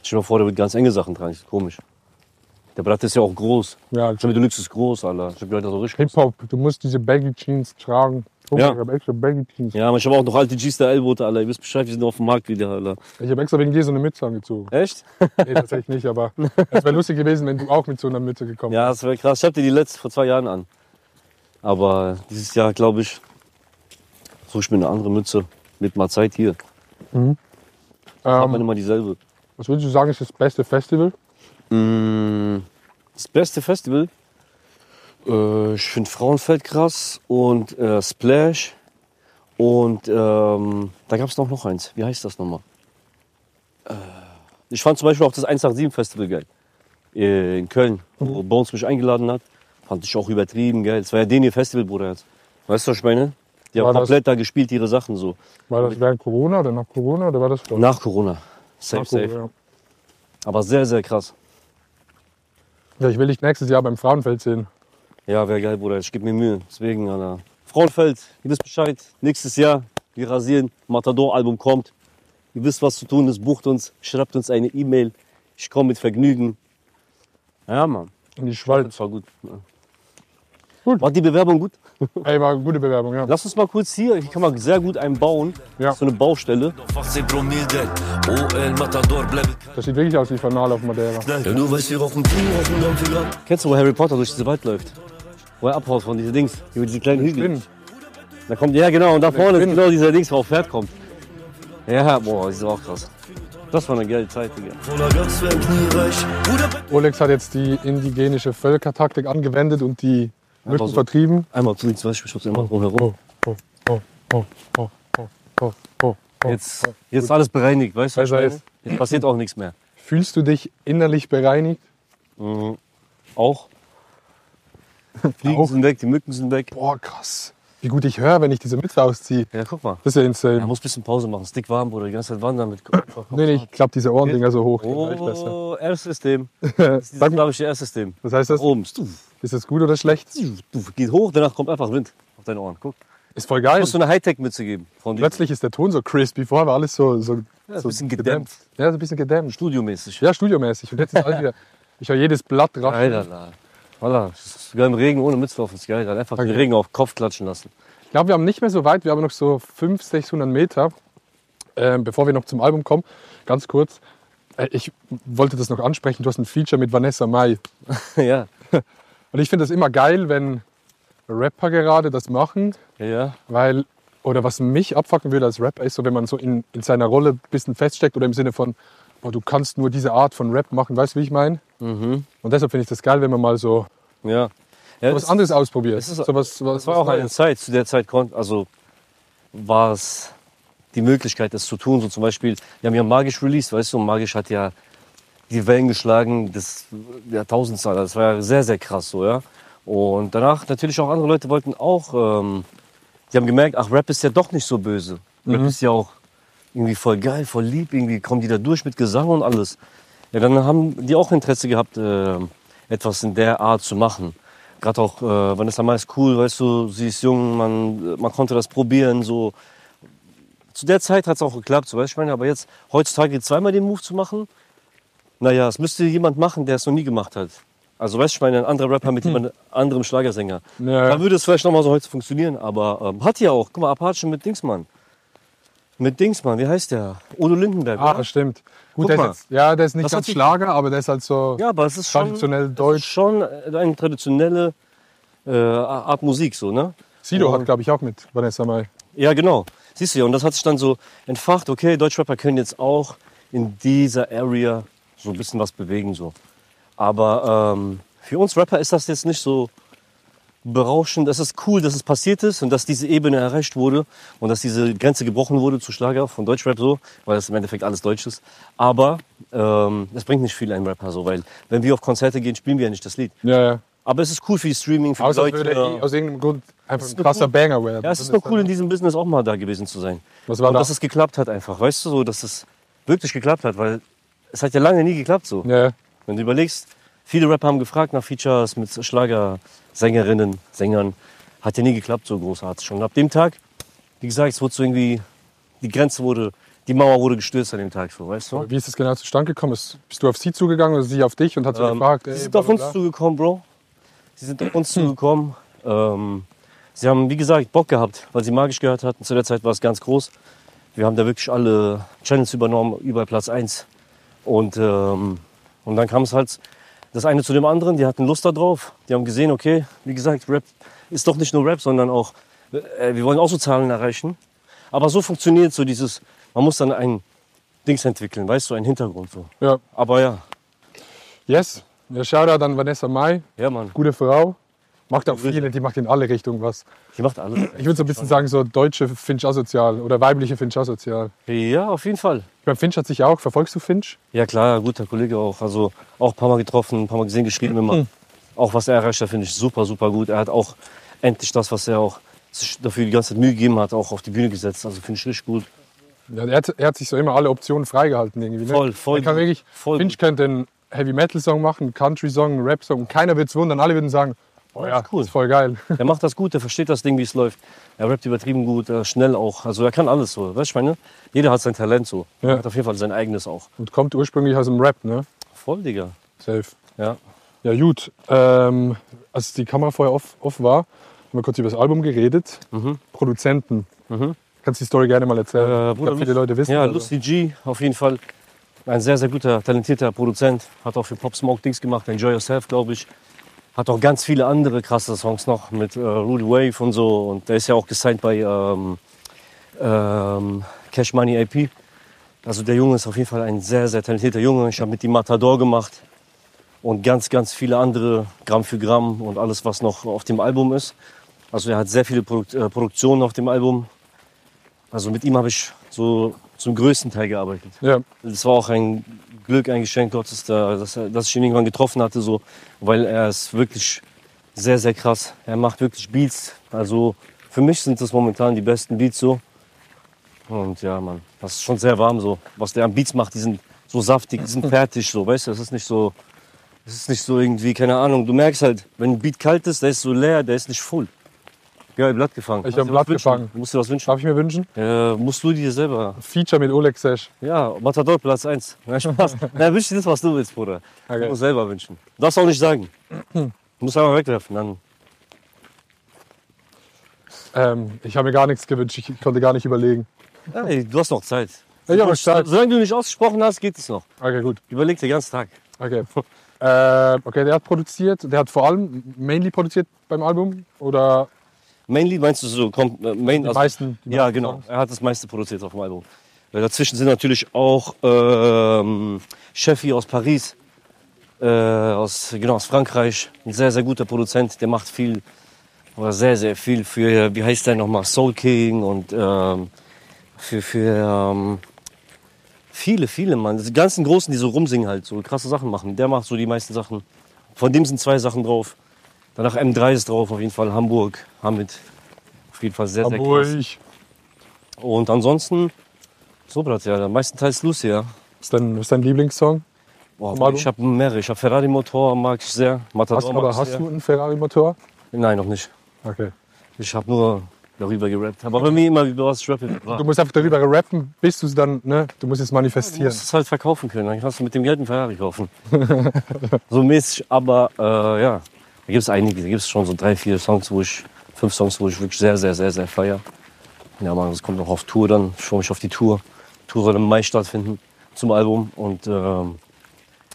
Stell dir mal vor, der wird ganz enge Sachen tragen, das ist komisch. Der Blatt ist ja auch groß.
Ja,
Sammy Deluxe ist groß, Alter. Ich hab die Leute so richtig
Hip-Hop, du musst diese Baggy Jeans tragen. Guck,
Ja.
Ich habe extra Baggy Jeans.
Ja, aber ich habe auch noch alte G-Star L-Boote, Alter. Ihr wisst Bescheid, wir sind auf dem Markt wieder, Alter.
Ich habe extra wegen dir so eine
[laughs]
Mütze angezogen.
Echt?
Nee, tatsächlich nicht, aber es wäre lustig gewesen, wenn du auch mit so einer Mütze gekommen
Ja, das wäre krass. Ich hatte die letzte vor zwei Jahren an. Aber dieses Jahr, glaube ich, suche ich mir eine andere Mütze. Mit mal Zeit hier. Hat
wärst.
man
Ähm,
immer dieselbe.
was würdest du sagen, ist das beste Festival?
Mm, Das beste Festival? Äh, Ich finde Frauenfeld krass und äh, Splash. Und ähm, da gab es noch, noch eins. Wie heißt das nochmal? Äh, ich fand zum Beispiel auch das 187 Festival geil. äh, in Köln, wo Bones mich eingeladen hat. Fand ich auch übertrieben geil. Es war ja den ihr Festival, Bruder. Jetzt. Weißt du, was ich meine? Die haben
War das-
komplett da gespielt, ihre Sachen so.
War das während Corona oder nach Corona oder war das vor?
Nach Corona. Safe,
Nach
safe.
Corona.
Aber sehr, sehr krass.
Ja, ich will dich nächstes Jahr beim Frauenfeld sehen.
Ja, wäre geil, Bruder. Ich gebe mir Mühe. Deswegen, Alter. Frauenfeld, ihr wisst Bescheid. Nächstes Jahr, wir rasieren. Matador-Album kommt. Ihr wisst, was zu tun ist. Bucht uns, schreibt uns eine E-Mail. Ich komme mit Vergnügen. Ja, Mann.
In die
Das
Schweiz.
war gut. Ja.
Gut.
War die Bewerbung gut?
Ey, war eine gute Bewerbung, ja.
Lass uns mal kurz hier. Hier kann man sehr gut einbauen.
Ja.
So eine Baustelle.
Fast 10 Promille, denn OL Matador bleibt
Das sieht wirklich aus wie Fanal auf Madeira.
knall. Ja, nur weil wir auf dem Team auf dem Dampfer ab.
Kennst du, wo Harry Potter durch diesen Wald läuft? Wo er abhaut von diesen Dings. Über diese kleinen Hügel.
Bin.
Da kommt, ja genau, und da vorne ist
Spinne.
genau dieser Dings, wo auf Pferd kommt. Ja, boah, das ist auch krass. Das war eine geile Zeit, Digga.
Voller Gas wär kniereich. Bruder,
Olex hat jetzt die indigenische Völkertaktik angewendet und die Mücken
so.
vertrieben.
Einmal zu links, weiß ich, ich immer drumherum.
Oh, oh, oh, oh, oh, oh, oh, oh.
Jetzt, jetzt alles bereinigt, weißt du? was ich
Besser
meine?
ist.
Jetzt passiert auch nichts mehr.
Fühlst du dich innerlich bereinigt?
[laughs] Auch. Fliegen
Auch.
sind weg, die Mücken sind weg.
Boah, krass. Wie gut ich höre, wenn ich diese Mütze ausziehe.
Ja, guck mal.
Das ist ja
Er
insane.
muss ein bisschen Pause machen, ist dick warm, Bruder. Die ganze Zeit wandern mit.
Nee, nee, ich klapp diese Ohrendinger so hoch. geht gleich besser.
Oh, [laughs] R-System. Das ist
Sag mal,
dieses R-System.
was heißt das?
Oben. Stuf,
Ist das gut oder schlecht?
stuf, stuf. Geht hoch, danach kommt einfach Wind auf deine Ohren. Guck.
Ist voll geil.
Musst du eine Hightech-Mütze geben. Von diesem
Plötzlich ist der Ton so crispy. Vorher war alles so, so,
ist
so
ein bisschen gedämpft.
Ja, so ein bisschen gedämpft.
Studiomäßig.
Ja, studiomäßig. Und jetzt
[laughs]
ist alles wieder. Ich höre jedes Blatt rasch.
Alter, la. Wallah, es ist sogar im Regen ohne Mütze auf uns geil. Dann einfach den Regen auf den Kopf klatschen lassen. [laughs]
Ich glaube, wir haben nicht mehr so weit. Wir haben noch so 500, 600 Meter, ähm, bevor wir noch zum Album kommen. Ganz kurz. Äh, ich wollte das noch ansprechen. Du hast ein Feature mit Vanessa Mai.
ja.
Und ich finde das immer geil, wenn Rapper gerade das machen,
Ja.
weil, oder was mich abfacken würde als Rapper, ist so, wenn man so in, in seiner Rolle ein bisschen feststeckt oder im Sinne von, boah, du kannst nur diese Art von Rap machen, weißt du, wie ich meine?
Mhm.
Und deshalb finde ich das geil, wenn man mal so
Ja. ja
was
es-
anderes ausprobiert.
es ist-
so was, was,
Das war auch eine Zeit. Zu der Zeit konnte, also war es die Möglichkeit, das zu tun. So zum Beispiel, wir haben ja Magisch released, weißt du, und Magisch hat ja die Wellen geschlagen, das der Tausendzahl. Das war ja sehr, sehr krass so, ja. Und danach natürlich auch andere Leute wollten auch, ähm, die haben gemerkt, ach, Rap ist ja doch nicht so böse. Rap ist ja auch irgendwie voll geil, voll lieb, irgendwie kommen die da durch mit Gesang und alles. Ja, dann haben die auch Interesse gehabt, äh, etwas in der Art zu machen. Gerade auch äh, Vanessa Mai ist cool, weißt du, sie ist jung, man, man konnte das probieren, so. Zu der Zeit hat es auch geklappt, so weißt du, ich meine, aber jetzt, heutzutage zweimal den Move zu machen, naja, es müsste jemand machen, der es noch nie gemacht hat. Also weißt du, ich meine, ein anderer Rapper mit jemand anderem Schlagersänger.
Ja.
Da würde es vielleicht nochmal so heute funktionieren, aber ähm, hat ja auch, guck mal, Apache mit Dingsmann. Mit Dingsmann, wie heißt der? Odo Lindenberg.
Ah,
oder?
stimmt.
Guck
Gut, der ist
mal.
jetzt, ja, der ist nicht
Das hat
ganz
sich-
Schlager, aber der ist halt so.
Ja, aber es ist schon,
Traditionell
es ist
deutsch.
schon äh, eine traditionelle äh, Art Musik, so, ne?
Sido
Oh.
hat, glaube ich, auch mit Vanessa Mai.
Ja, genau. Siehst du ja, und das hat sich dann so entfacht, okay, Deutschrapper können jetzt auch in dieser Area so ein bisschen was bewegen, so. Aber ähm, für uns Rapper ist das jetzt nicht so berauschend. Es ist cool, dass es passiert ist und dass diese Ebene erreicht wurde und dass diese Grenze gebrochen wurde zu Schlager von Deutschrap so, weil das im Endeffekt alles Deutsch ist. Aber ähm, es bringt nicht viel ein Rapper so, weil wenn wir auf Konzerte gehen, spielen wir ja nicht das Lied.
Ja, ja.
Aber es ist cool für die Streaming, für die
Außer
Leute.
würde er eh aus irgendeinem Grund einfach
ist
ein
nur
krasser
cool.
Banger werden. halt
Ja, es ist nur cool, in diesem Business auch mal da gewesen zu sein.
Was war
und
da?
dass es geklappt hat einfach, weißt du so, dass es wirklich geklappt hat, weil es hat ja lange nie geklappt so.
Ja, ja.
Wenn du überlegst, viele Rapper haben gefragt nach Features mit Schlagersängerinnen, Sängern, hat ja nie geklappt so großartig. Und ab dem Tag, wie gesagt, es wurde so irgendwie, die Grenze wurde, die Mauer wurde gestürzt an dem Tag so, weißt du?
Wie ist das genau zustande gekommen? Ist- Bist du auf sie zugegangen oder sie auf dich und hat sie
Ähm,
gefragt?
sie
ey,
sind
bla,
auf
bla,
uns
bla? Hm.
zugekommen, Bro. Sie sind auf uns zugekommen. Ähm, sie haben, wie gesagt, Bock gehabt, weil sie magisch gehört hatten. Zu der Zeit war es ganz groß. Wir haben da wirklich alle Channels übernommen, überall Platz 1. Und, ähm, und dann kam es halt das eine zu dem anderen. Die hatten Lust darauf. Die haben gesehen, okay, wie gesagt, Rap ist doch nicht nur Rap, sondern auch, äh, wir wollen auch so Zahlen erreichen. Aber so funktioniert so dieses, man muss dann ein Dings entwickeln, weißt du, einen Hintergrund so.
Ja.
Aber ja,
Yes. Ja, Shoutout an Vanessa Mai.
ja, Mann.
Gute Frau. Macht auch viele, die macht in alle Richtungen was.
Die macht alles.
Ich würde so ein bisschen sagen, so deutsche Finch asozial oder weibliche Finch asozial.
Ja, auf jeden Fall.
Ich meine, Finch hat sich ja auch, verfolgst du Finch?
Ja klar, guter Kollege auch. Also auch ein paar Mal getroffen, ein paar Mal gesehen, geschrieben immer. Auch was er erreicht hat, finde ich super, super gut. Er hat auch endlich das, was er auch sich dafür die ganze Zeit Mühe gegeben hat, auch auf die Bühne gesetzt. Also finde ich richtig gut.
Ja, er, hat, er hat sich so immer alle Optionen freigehalten irgendwie. Ne?
Voll, voll
Er kann
gut,
wirklich,
voll
Finch
gut.
könnte einen Heavy-Metal-Song machen, einen Country-Song, einen Rap-Song. Keiner wird es wundern, alle würden sagen, oh ja,
ist cool.
ist voll geil. [laughs]
Er macht das gut, er versteht das Ding, wie es läuft. Er rappt übertrieben gut, er ist schnell auch. Also er kann alles so. Weißt du, ich meine, jeder hat sein Talent so.
Ja.
Er hat auf jeden Fall sein eigenes auch.
Und kommt ursprünglich aus dem Rap, ne?
Voll, Digga.
Safe.
Ja.
Ja, gut. Ähm, als die Kamera vorher off, off war, haben wir kurz über das Album geredet. Produzenten. Kannst die Story gerne mal erzählen.
Mhm. Äh,
ich glaub, viele
Lust-
Leute wissen
Ja,
also.
Lusty G, auf jeden Fall. Ein sehr, sehr guter, talentierter Produzent. Hat auch für Pop Smoke Dings gemacht, Enjoy Yourself, glaube ich. Hat auch ganz viele andere krasse Songs noch mit äh, Rude Wave und so. Und der ist ja auch gesigned bei ähm, ähm, Cash Money AP. Also der Junge ist auf jeden Fall ein sehr, sehr talentierter Junge. Ich habe mit ihm Matador gemacht und ganz, ganz viele andere Gramm für Gramm und alles, was noch auf dem Album ist. Also er hat sehr viele Produk äh, Produktionen auf dem Album. Also mit ihm habe ich so zum größten Teil gearbeitet.
Ja,
Das war auch ein Glück, ein Geschenk Gottes, da, dass, er, dass ich ihn irgendwann getroffen hatte, so, weil er ist wirklich sehr, sehr krass. Er macht wirklich Beats. Also für mich sind das momentan die besten Beats so. Und ja, Mann, das ist schon sehr warm so. Was der an Beats macht, die sind so saftig, die sind fertig so, weißt du, das ist nicht so, das ist nicht so irgendwie, keine Ahnung. Du merkst halt, wenn ein Beat kalt ist, der ist so leer, der ist nicht voll. Geil, Blatt gefangen.
Ich
Hast
hab
du was
Blatt
wünschen?
gefangen.
Musst du was wünschen?
darf ich mir wünschen?
Äh, musst du dir selber
Feature mit Oleg Sesh.
ja, Matador Platz [laughs] 1. Nein, Spaß. Nein, wünsch dir das, was du willst, Bruder.
Okay.
Du musst selber wünschen. Du darfst auch nicht sagen. Du musst einfach wegwerfen. Dann.
Ähm, ich habe mir gar nichts gewünscht, ich konnte gar nicht überlegen.
Ey, du hast noch Zeit.
Ich habe Zeit.
Solange du nicht ausgesprochen hast, geht es noch.
Okay, gut.
Überleg dir den ganzen Tag. [laughs]
Okay. Äh, okay, der hat produziert, der hat vor allem mainly produziert beim Album oder
Mainly meinst du so, kommt äh, main,
die meisten? Die
Ja,
meisten
genau.
Songs.
Er hat das meiste produziert auf dem Album. Äh, Dazwischen sind natürlich auch ähm, Chefy aus Paris, äh, aus, genau, aus Frankreich. Ein sehr, sehr guter Produzent, der macht viel, oder sehr, sehr viel für, wie heißt der nochmal, Soul King und ähm, für, für ähm, viele, viele, Mann. Die ganzen Großen, die so rumsingen halt, so krasse Sachen machen. Der macht so die meisten Sachen. Von dem sind zwei Sachen drauf. Danach M3 ist drauf, auf jeden Fall Hamburg, Hamid. Auf jeden Fall sehr, sehr krass.
Hamburg.
Und ansonsten, so Brat, ja, meistenteils Lucy, ja.
Ist dein, ist dein Lieblingssong?
Boah,
Vom Album?
ich habe mehrere. Ich habe Ferrari-Motor, mag ich sehr. Matador
Hast,
mag
aber
ich
hast
sehr.
du einen Ferrari-Motor?
Nein, noch nicht.
Okay.
Ich habe nur darüber gerappt. Aber bei mir immer, über was ich rappe.
Du
Du
musst einfach darüber rappen, bis du es dann, ne? Du musst es manifestieren.
musst es halt verkaufen können. Dann kannst du mit dem Geld einen Ferrari kaufen. [laughs] so mäßig, aber äh, ja. Da gibt es einige. Da gibt es schon so drei, vier Songs, wo ich, fünf Songs, wo ich wirklich sehr, sehr, sehr, sehr feier. Ja, Mann, das kommt noch auf Tour dann. Ich freue mich auf die Tour. Tour soll im Mai stattfinden zum Album. Und ähm,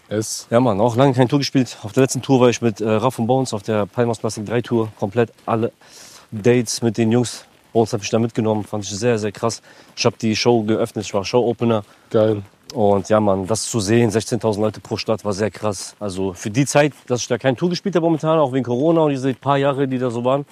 Es.
Ja, Mann, auch lange keine Tour gespielt. Auf der letzten Tour war ich mit äh, Raff und Bones auf der Palmas Plastic 3 Tour. Komplett alle Dates mit den Jungs. Bones hat mich da mitgenommen. Fand ich sehr, sehr krass. Ich habe die Show geöffnet. Ich war Show-Opener.
Geil.
Und ja, Mann, das zu sehen, 16.000 Leute pro Stadt, war sehr krass. Also für die Zeit, dass ich da keine Tour gespielt habe momentan, auch wegen Corona und diese paar Jahre, die da so waren,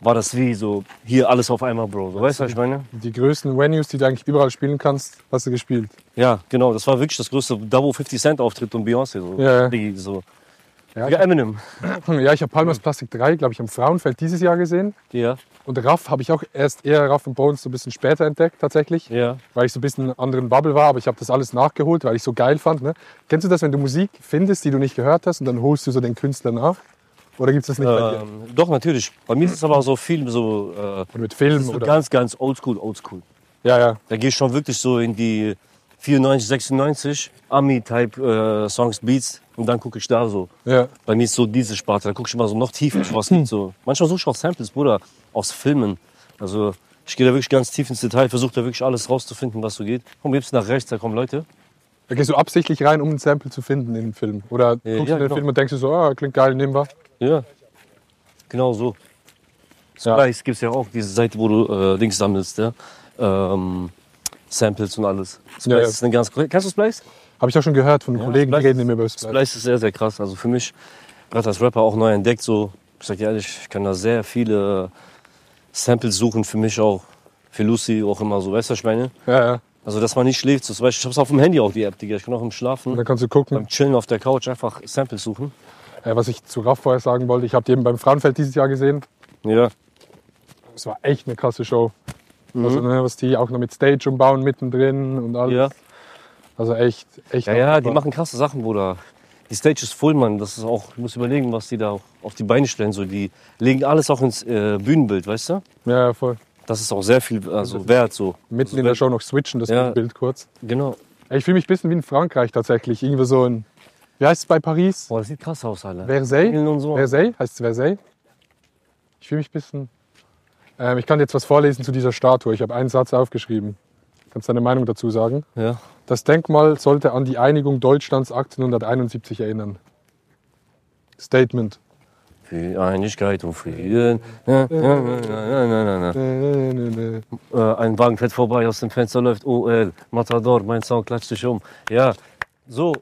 war das wie so hier alles auf einmal, Bro. So, weißt du, was ich meine?
Die größten Venues, die du eigentlich überall spielen kannst, hast du gespielt.
Ja, genau. Das war wirklich das größte Double 50 Cent Auftritt und Beyoncé. So.
Ja, ja.
Die, so.
Ja,
Digga, Eminem.
Ja, ich habe Palmas Plastik 3, glaube ich, am Frauenfeld dieses Jahr gesehen.
Ja,
Und Raff habe ich auch erst eher Raff und Bones so ein bisschen später entdeckt, tatsächlich.
ja.
Weil ich so ein bisschen in einer anderen Bubble war, aber ich habe das alles nachgeholt, weil ich so geil fand. Ne? Kennst du das, wenn du Musik findest, die du nicht gehört hast und dann holst du so den Künstler nach? Oder gibt es das nicht bei dir?
Ähm, doch, natürlich. Bei mir ist es aber so viel so, äh,
Oder mit
das
Filmen?
ist so
Oder?
ganz, ganz oldschool, oldschool.
ja, ja.
Da gehe ich schon wirklich so in die 94, 96 Ami-Type äh, Songs, Beats und dann gucke ich da so.
ja.
Bei mir ist so diese Sparte, da gucke ich immer so noch
[clears throat]
tiefer, was gibt so. Manchmal suche ich auch Samples, Bruder, aus Filmen. Also ich gehe da wirklich ganz tief ins Detail, versuche da wirklich alles rauszufinden, was so geht. Komm, gibst nach rechts, da kommen Leute.
Da gehst du absichtlich rein, um ein Sample zu finden in den Film. Oder guckst
Ja,
du
ja,
den
genau.
Film und denkst dir so, ah, klingt geil, nehmen wir.
Ja, genau so.
Ja.
Splice gibt's ja auch, diese Seite, wo du äh, Dings sammelst, ja? ähm, Samples und alles. Splice
Ja, ja.
ist eine ganz korrekt. Kennst du Splice?
Habe ich auch schon gehört von Kollegen, die
Splice-
reden immer über Splice.
Splice ist sehr, sehr krass. Also für mich, gerade als Rapper auch neu entdeckt, so Ich sag dir ehrlich, ich kann da sehr viele äh, Samples suchen für mich auch. Für Lucy auch immer so, weißt du, was ich meine?
Ja, ja.
Also, dass man nicht schläft. So, zum Beispiel, ich hab's auf dem Handy auch, die App, Digga. Ich kann auch im Schlafen,
Und dann kannst du gucken.
beim Chillen auf der Couch einfach Samples suchen.
Äh, was ich zu Raff vorher sagen wollte, ich habe die eben beim Frauenfeld dieses Jahr gesehen.
Ja.
Es war echt eine krasse Show.
Mhm.
Also, ne, was die auch noch mit Stage umbauen mittendrin und alles.
Ja,
Also echt, echt.
ja, ja die
abgefahren.
machen krasse Sachen, Bruder. Die Stage ist voll, Mann. Das ist auch, du musst überlegen, was die da auch auf die Beine stellen. So, die legen alles auch ins äh, Bühnenbild, weißt du?
Ja, ja, voll.
Das ist auch sehr viel also, wert. So.
Mitten
also,
in der Show noch switchen, das
Ja.
Bild kurz.
Genau.
Ey, Ich fühle mich ein bisschen wie in Frankreich tatsächlich. Irgendwie so ein, wie heißt es bei Paris?
Boah, das sieht krass aus, Alter.
Versailles?
Regeln und so.
Versailles? Heißt es Versailles? Ich fühle mich ein bisschen. Ähm, ich kann jetzt was vorlesen zu dieser Statue. Ich habe einen Satz aufgeschrieben. Kannst deine Meinung dazu sagen?
Ja.
Das Denkmal sollte an die Einigung Deutschlands 1871 erinnern. Statement.
Für Einigkeit und Frieden. Ja, ja, ja, ja, ja, ja, ja.
Nö, nö, nö, nö.
Äh, ein Wagen fährt vorbei, aus dem Fenster läuft OL. Matador, mein Sound klatscht dich um. Ja, so.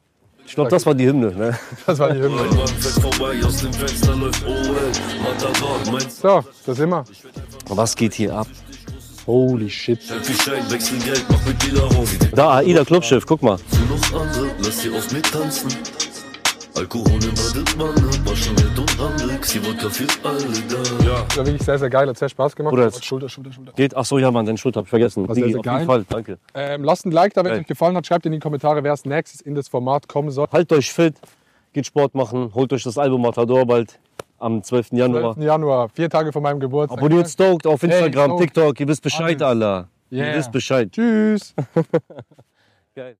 Ich glaube, das war die Hymne. Ne?
Das war die Hymne.
Mein Wagen fährt vorbei, aus dem Fenster läuft OL. Matador, mein
So, da sind wir.
Was geht hier ab?
Holy shit.
Selfie-Schein, wechsel Geld, mach mit jeder auf.
Da, AIDA Clubschiff, guck mal.
Genug andere, lass sie oft mittanzen. Alkohol überdippt man, war schon mit und andere. Sie Wodka für alle da. Ja,
Das war wirklich sehr, sehr geil. Hat sehr Spaß gemacht.
Bruder, jetzt-
Schulter, Schulter, Schulter.
Geht, ach so, ja, Mann, deine Schuld hab ich vergessen.
Was, der
Digi,
ist
auf
egal?
jeden Fall, danke.
Ähm, lasst ein Like da, wenn es
Ey.
euch gefallen hat. Schreibt in die Kommentare, wer als nächstes in das Format kommen soll.
Halt euch fit, geht Sport machen, holt euch das Album Matador bald am 12. Januar.
12. Januar, vier Tage vor meinem Geburtstag.
Abonniert Stoked auf Instagram,
Stoked.
TikTok, ihr wisst Bescheid,
Alles.
Allah.
Yeah.
Ihr wisst Bescheid.
Tschüss.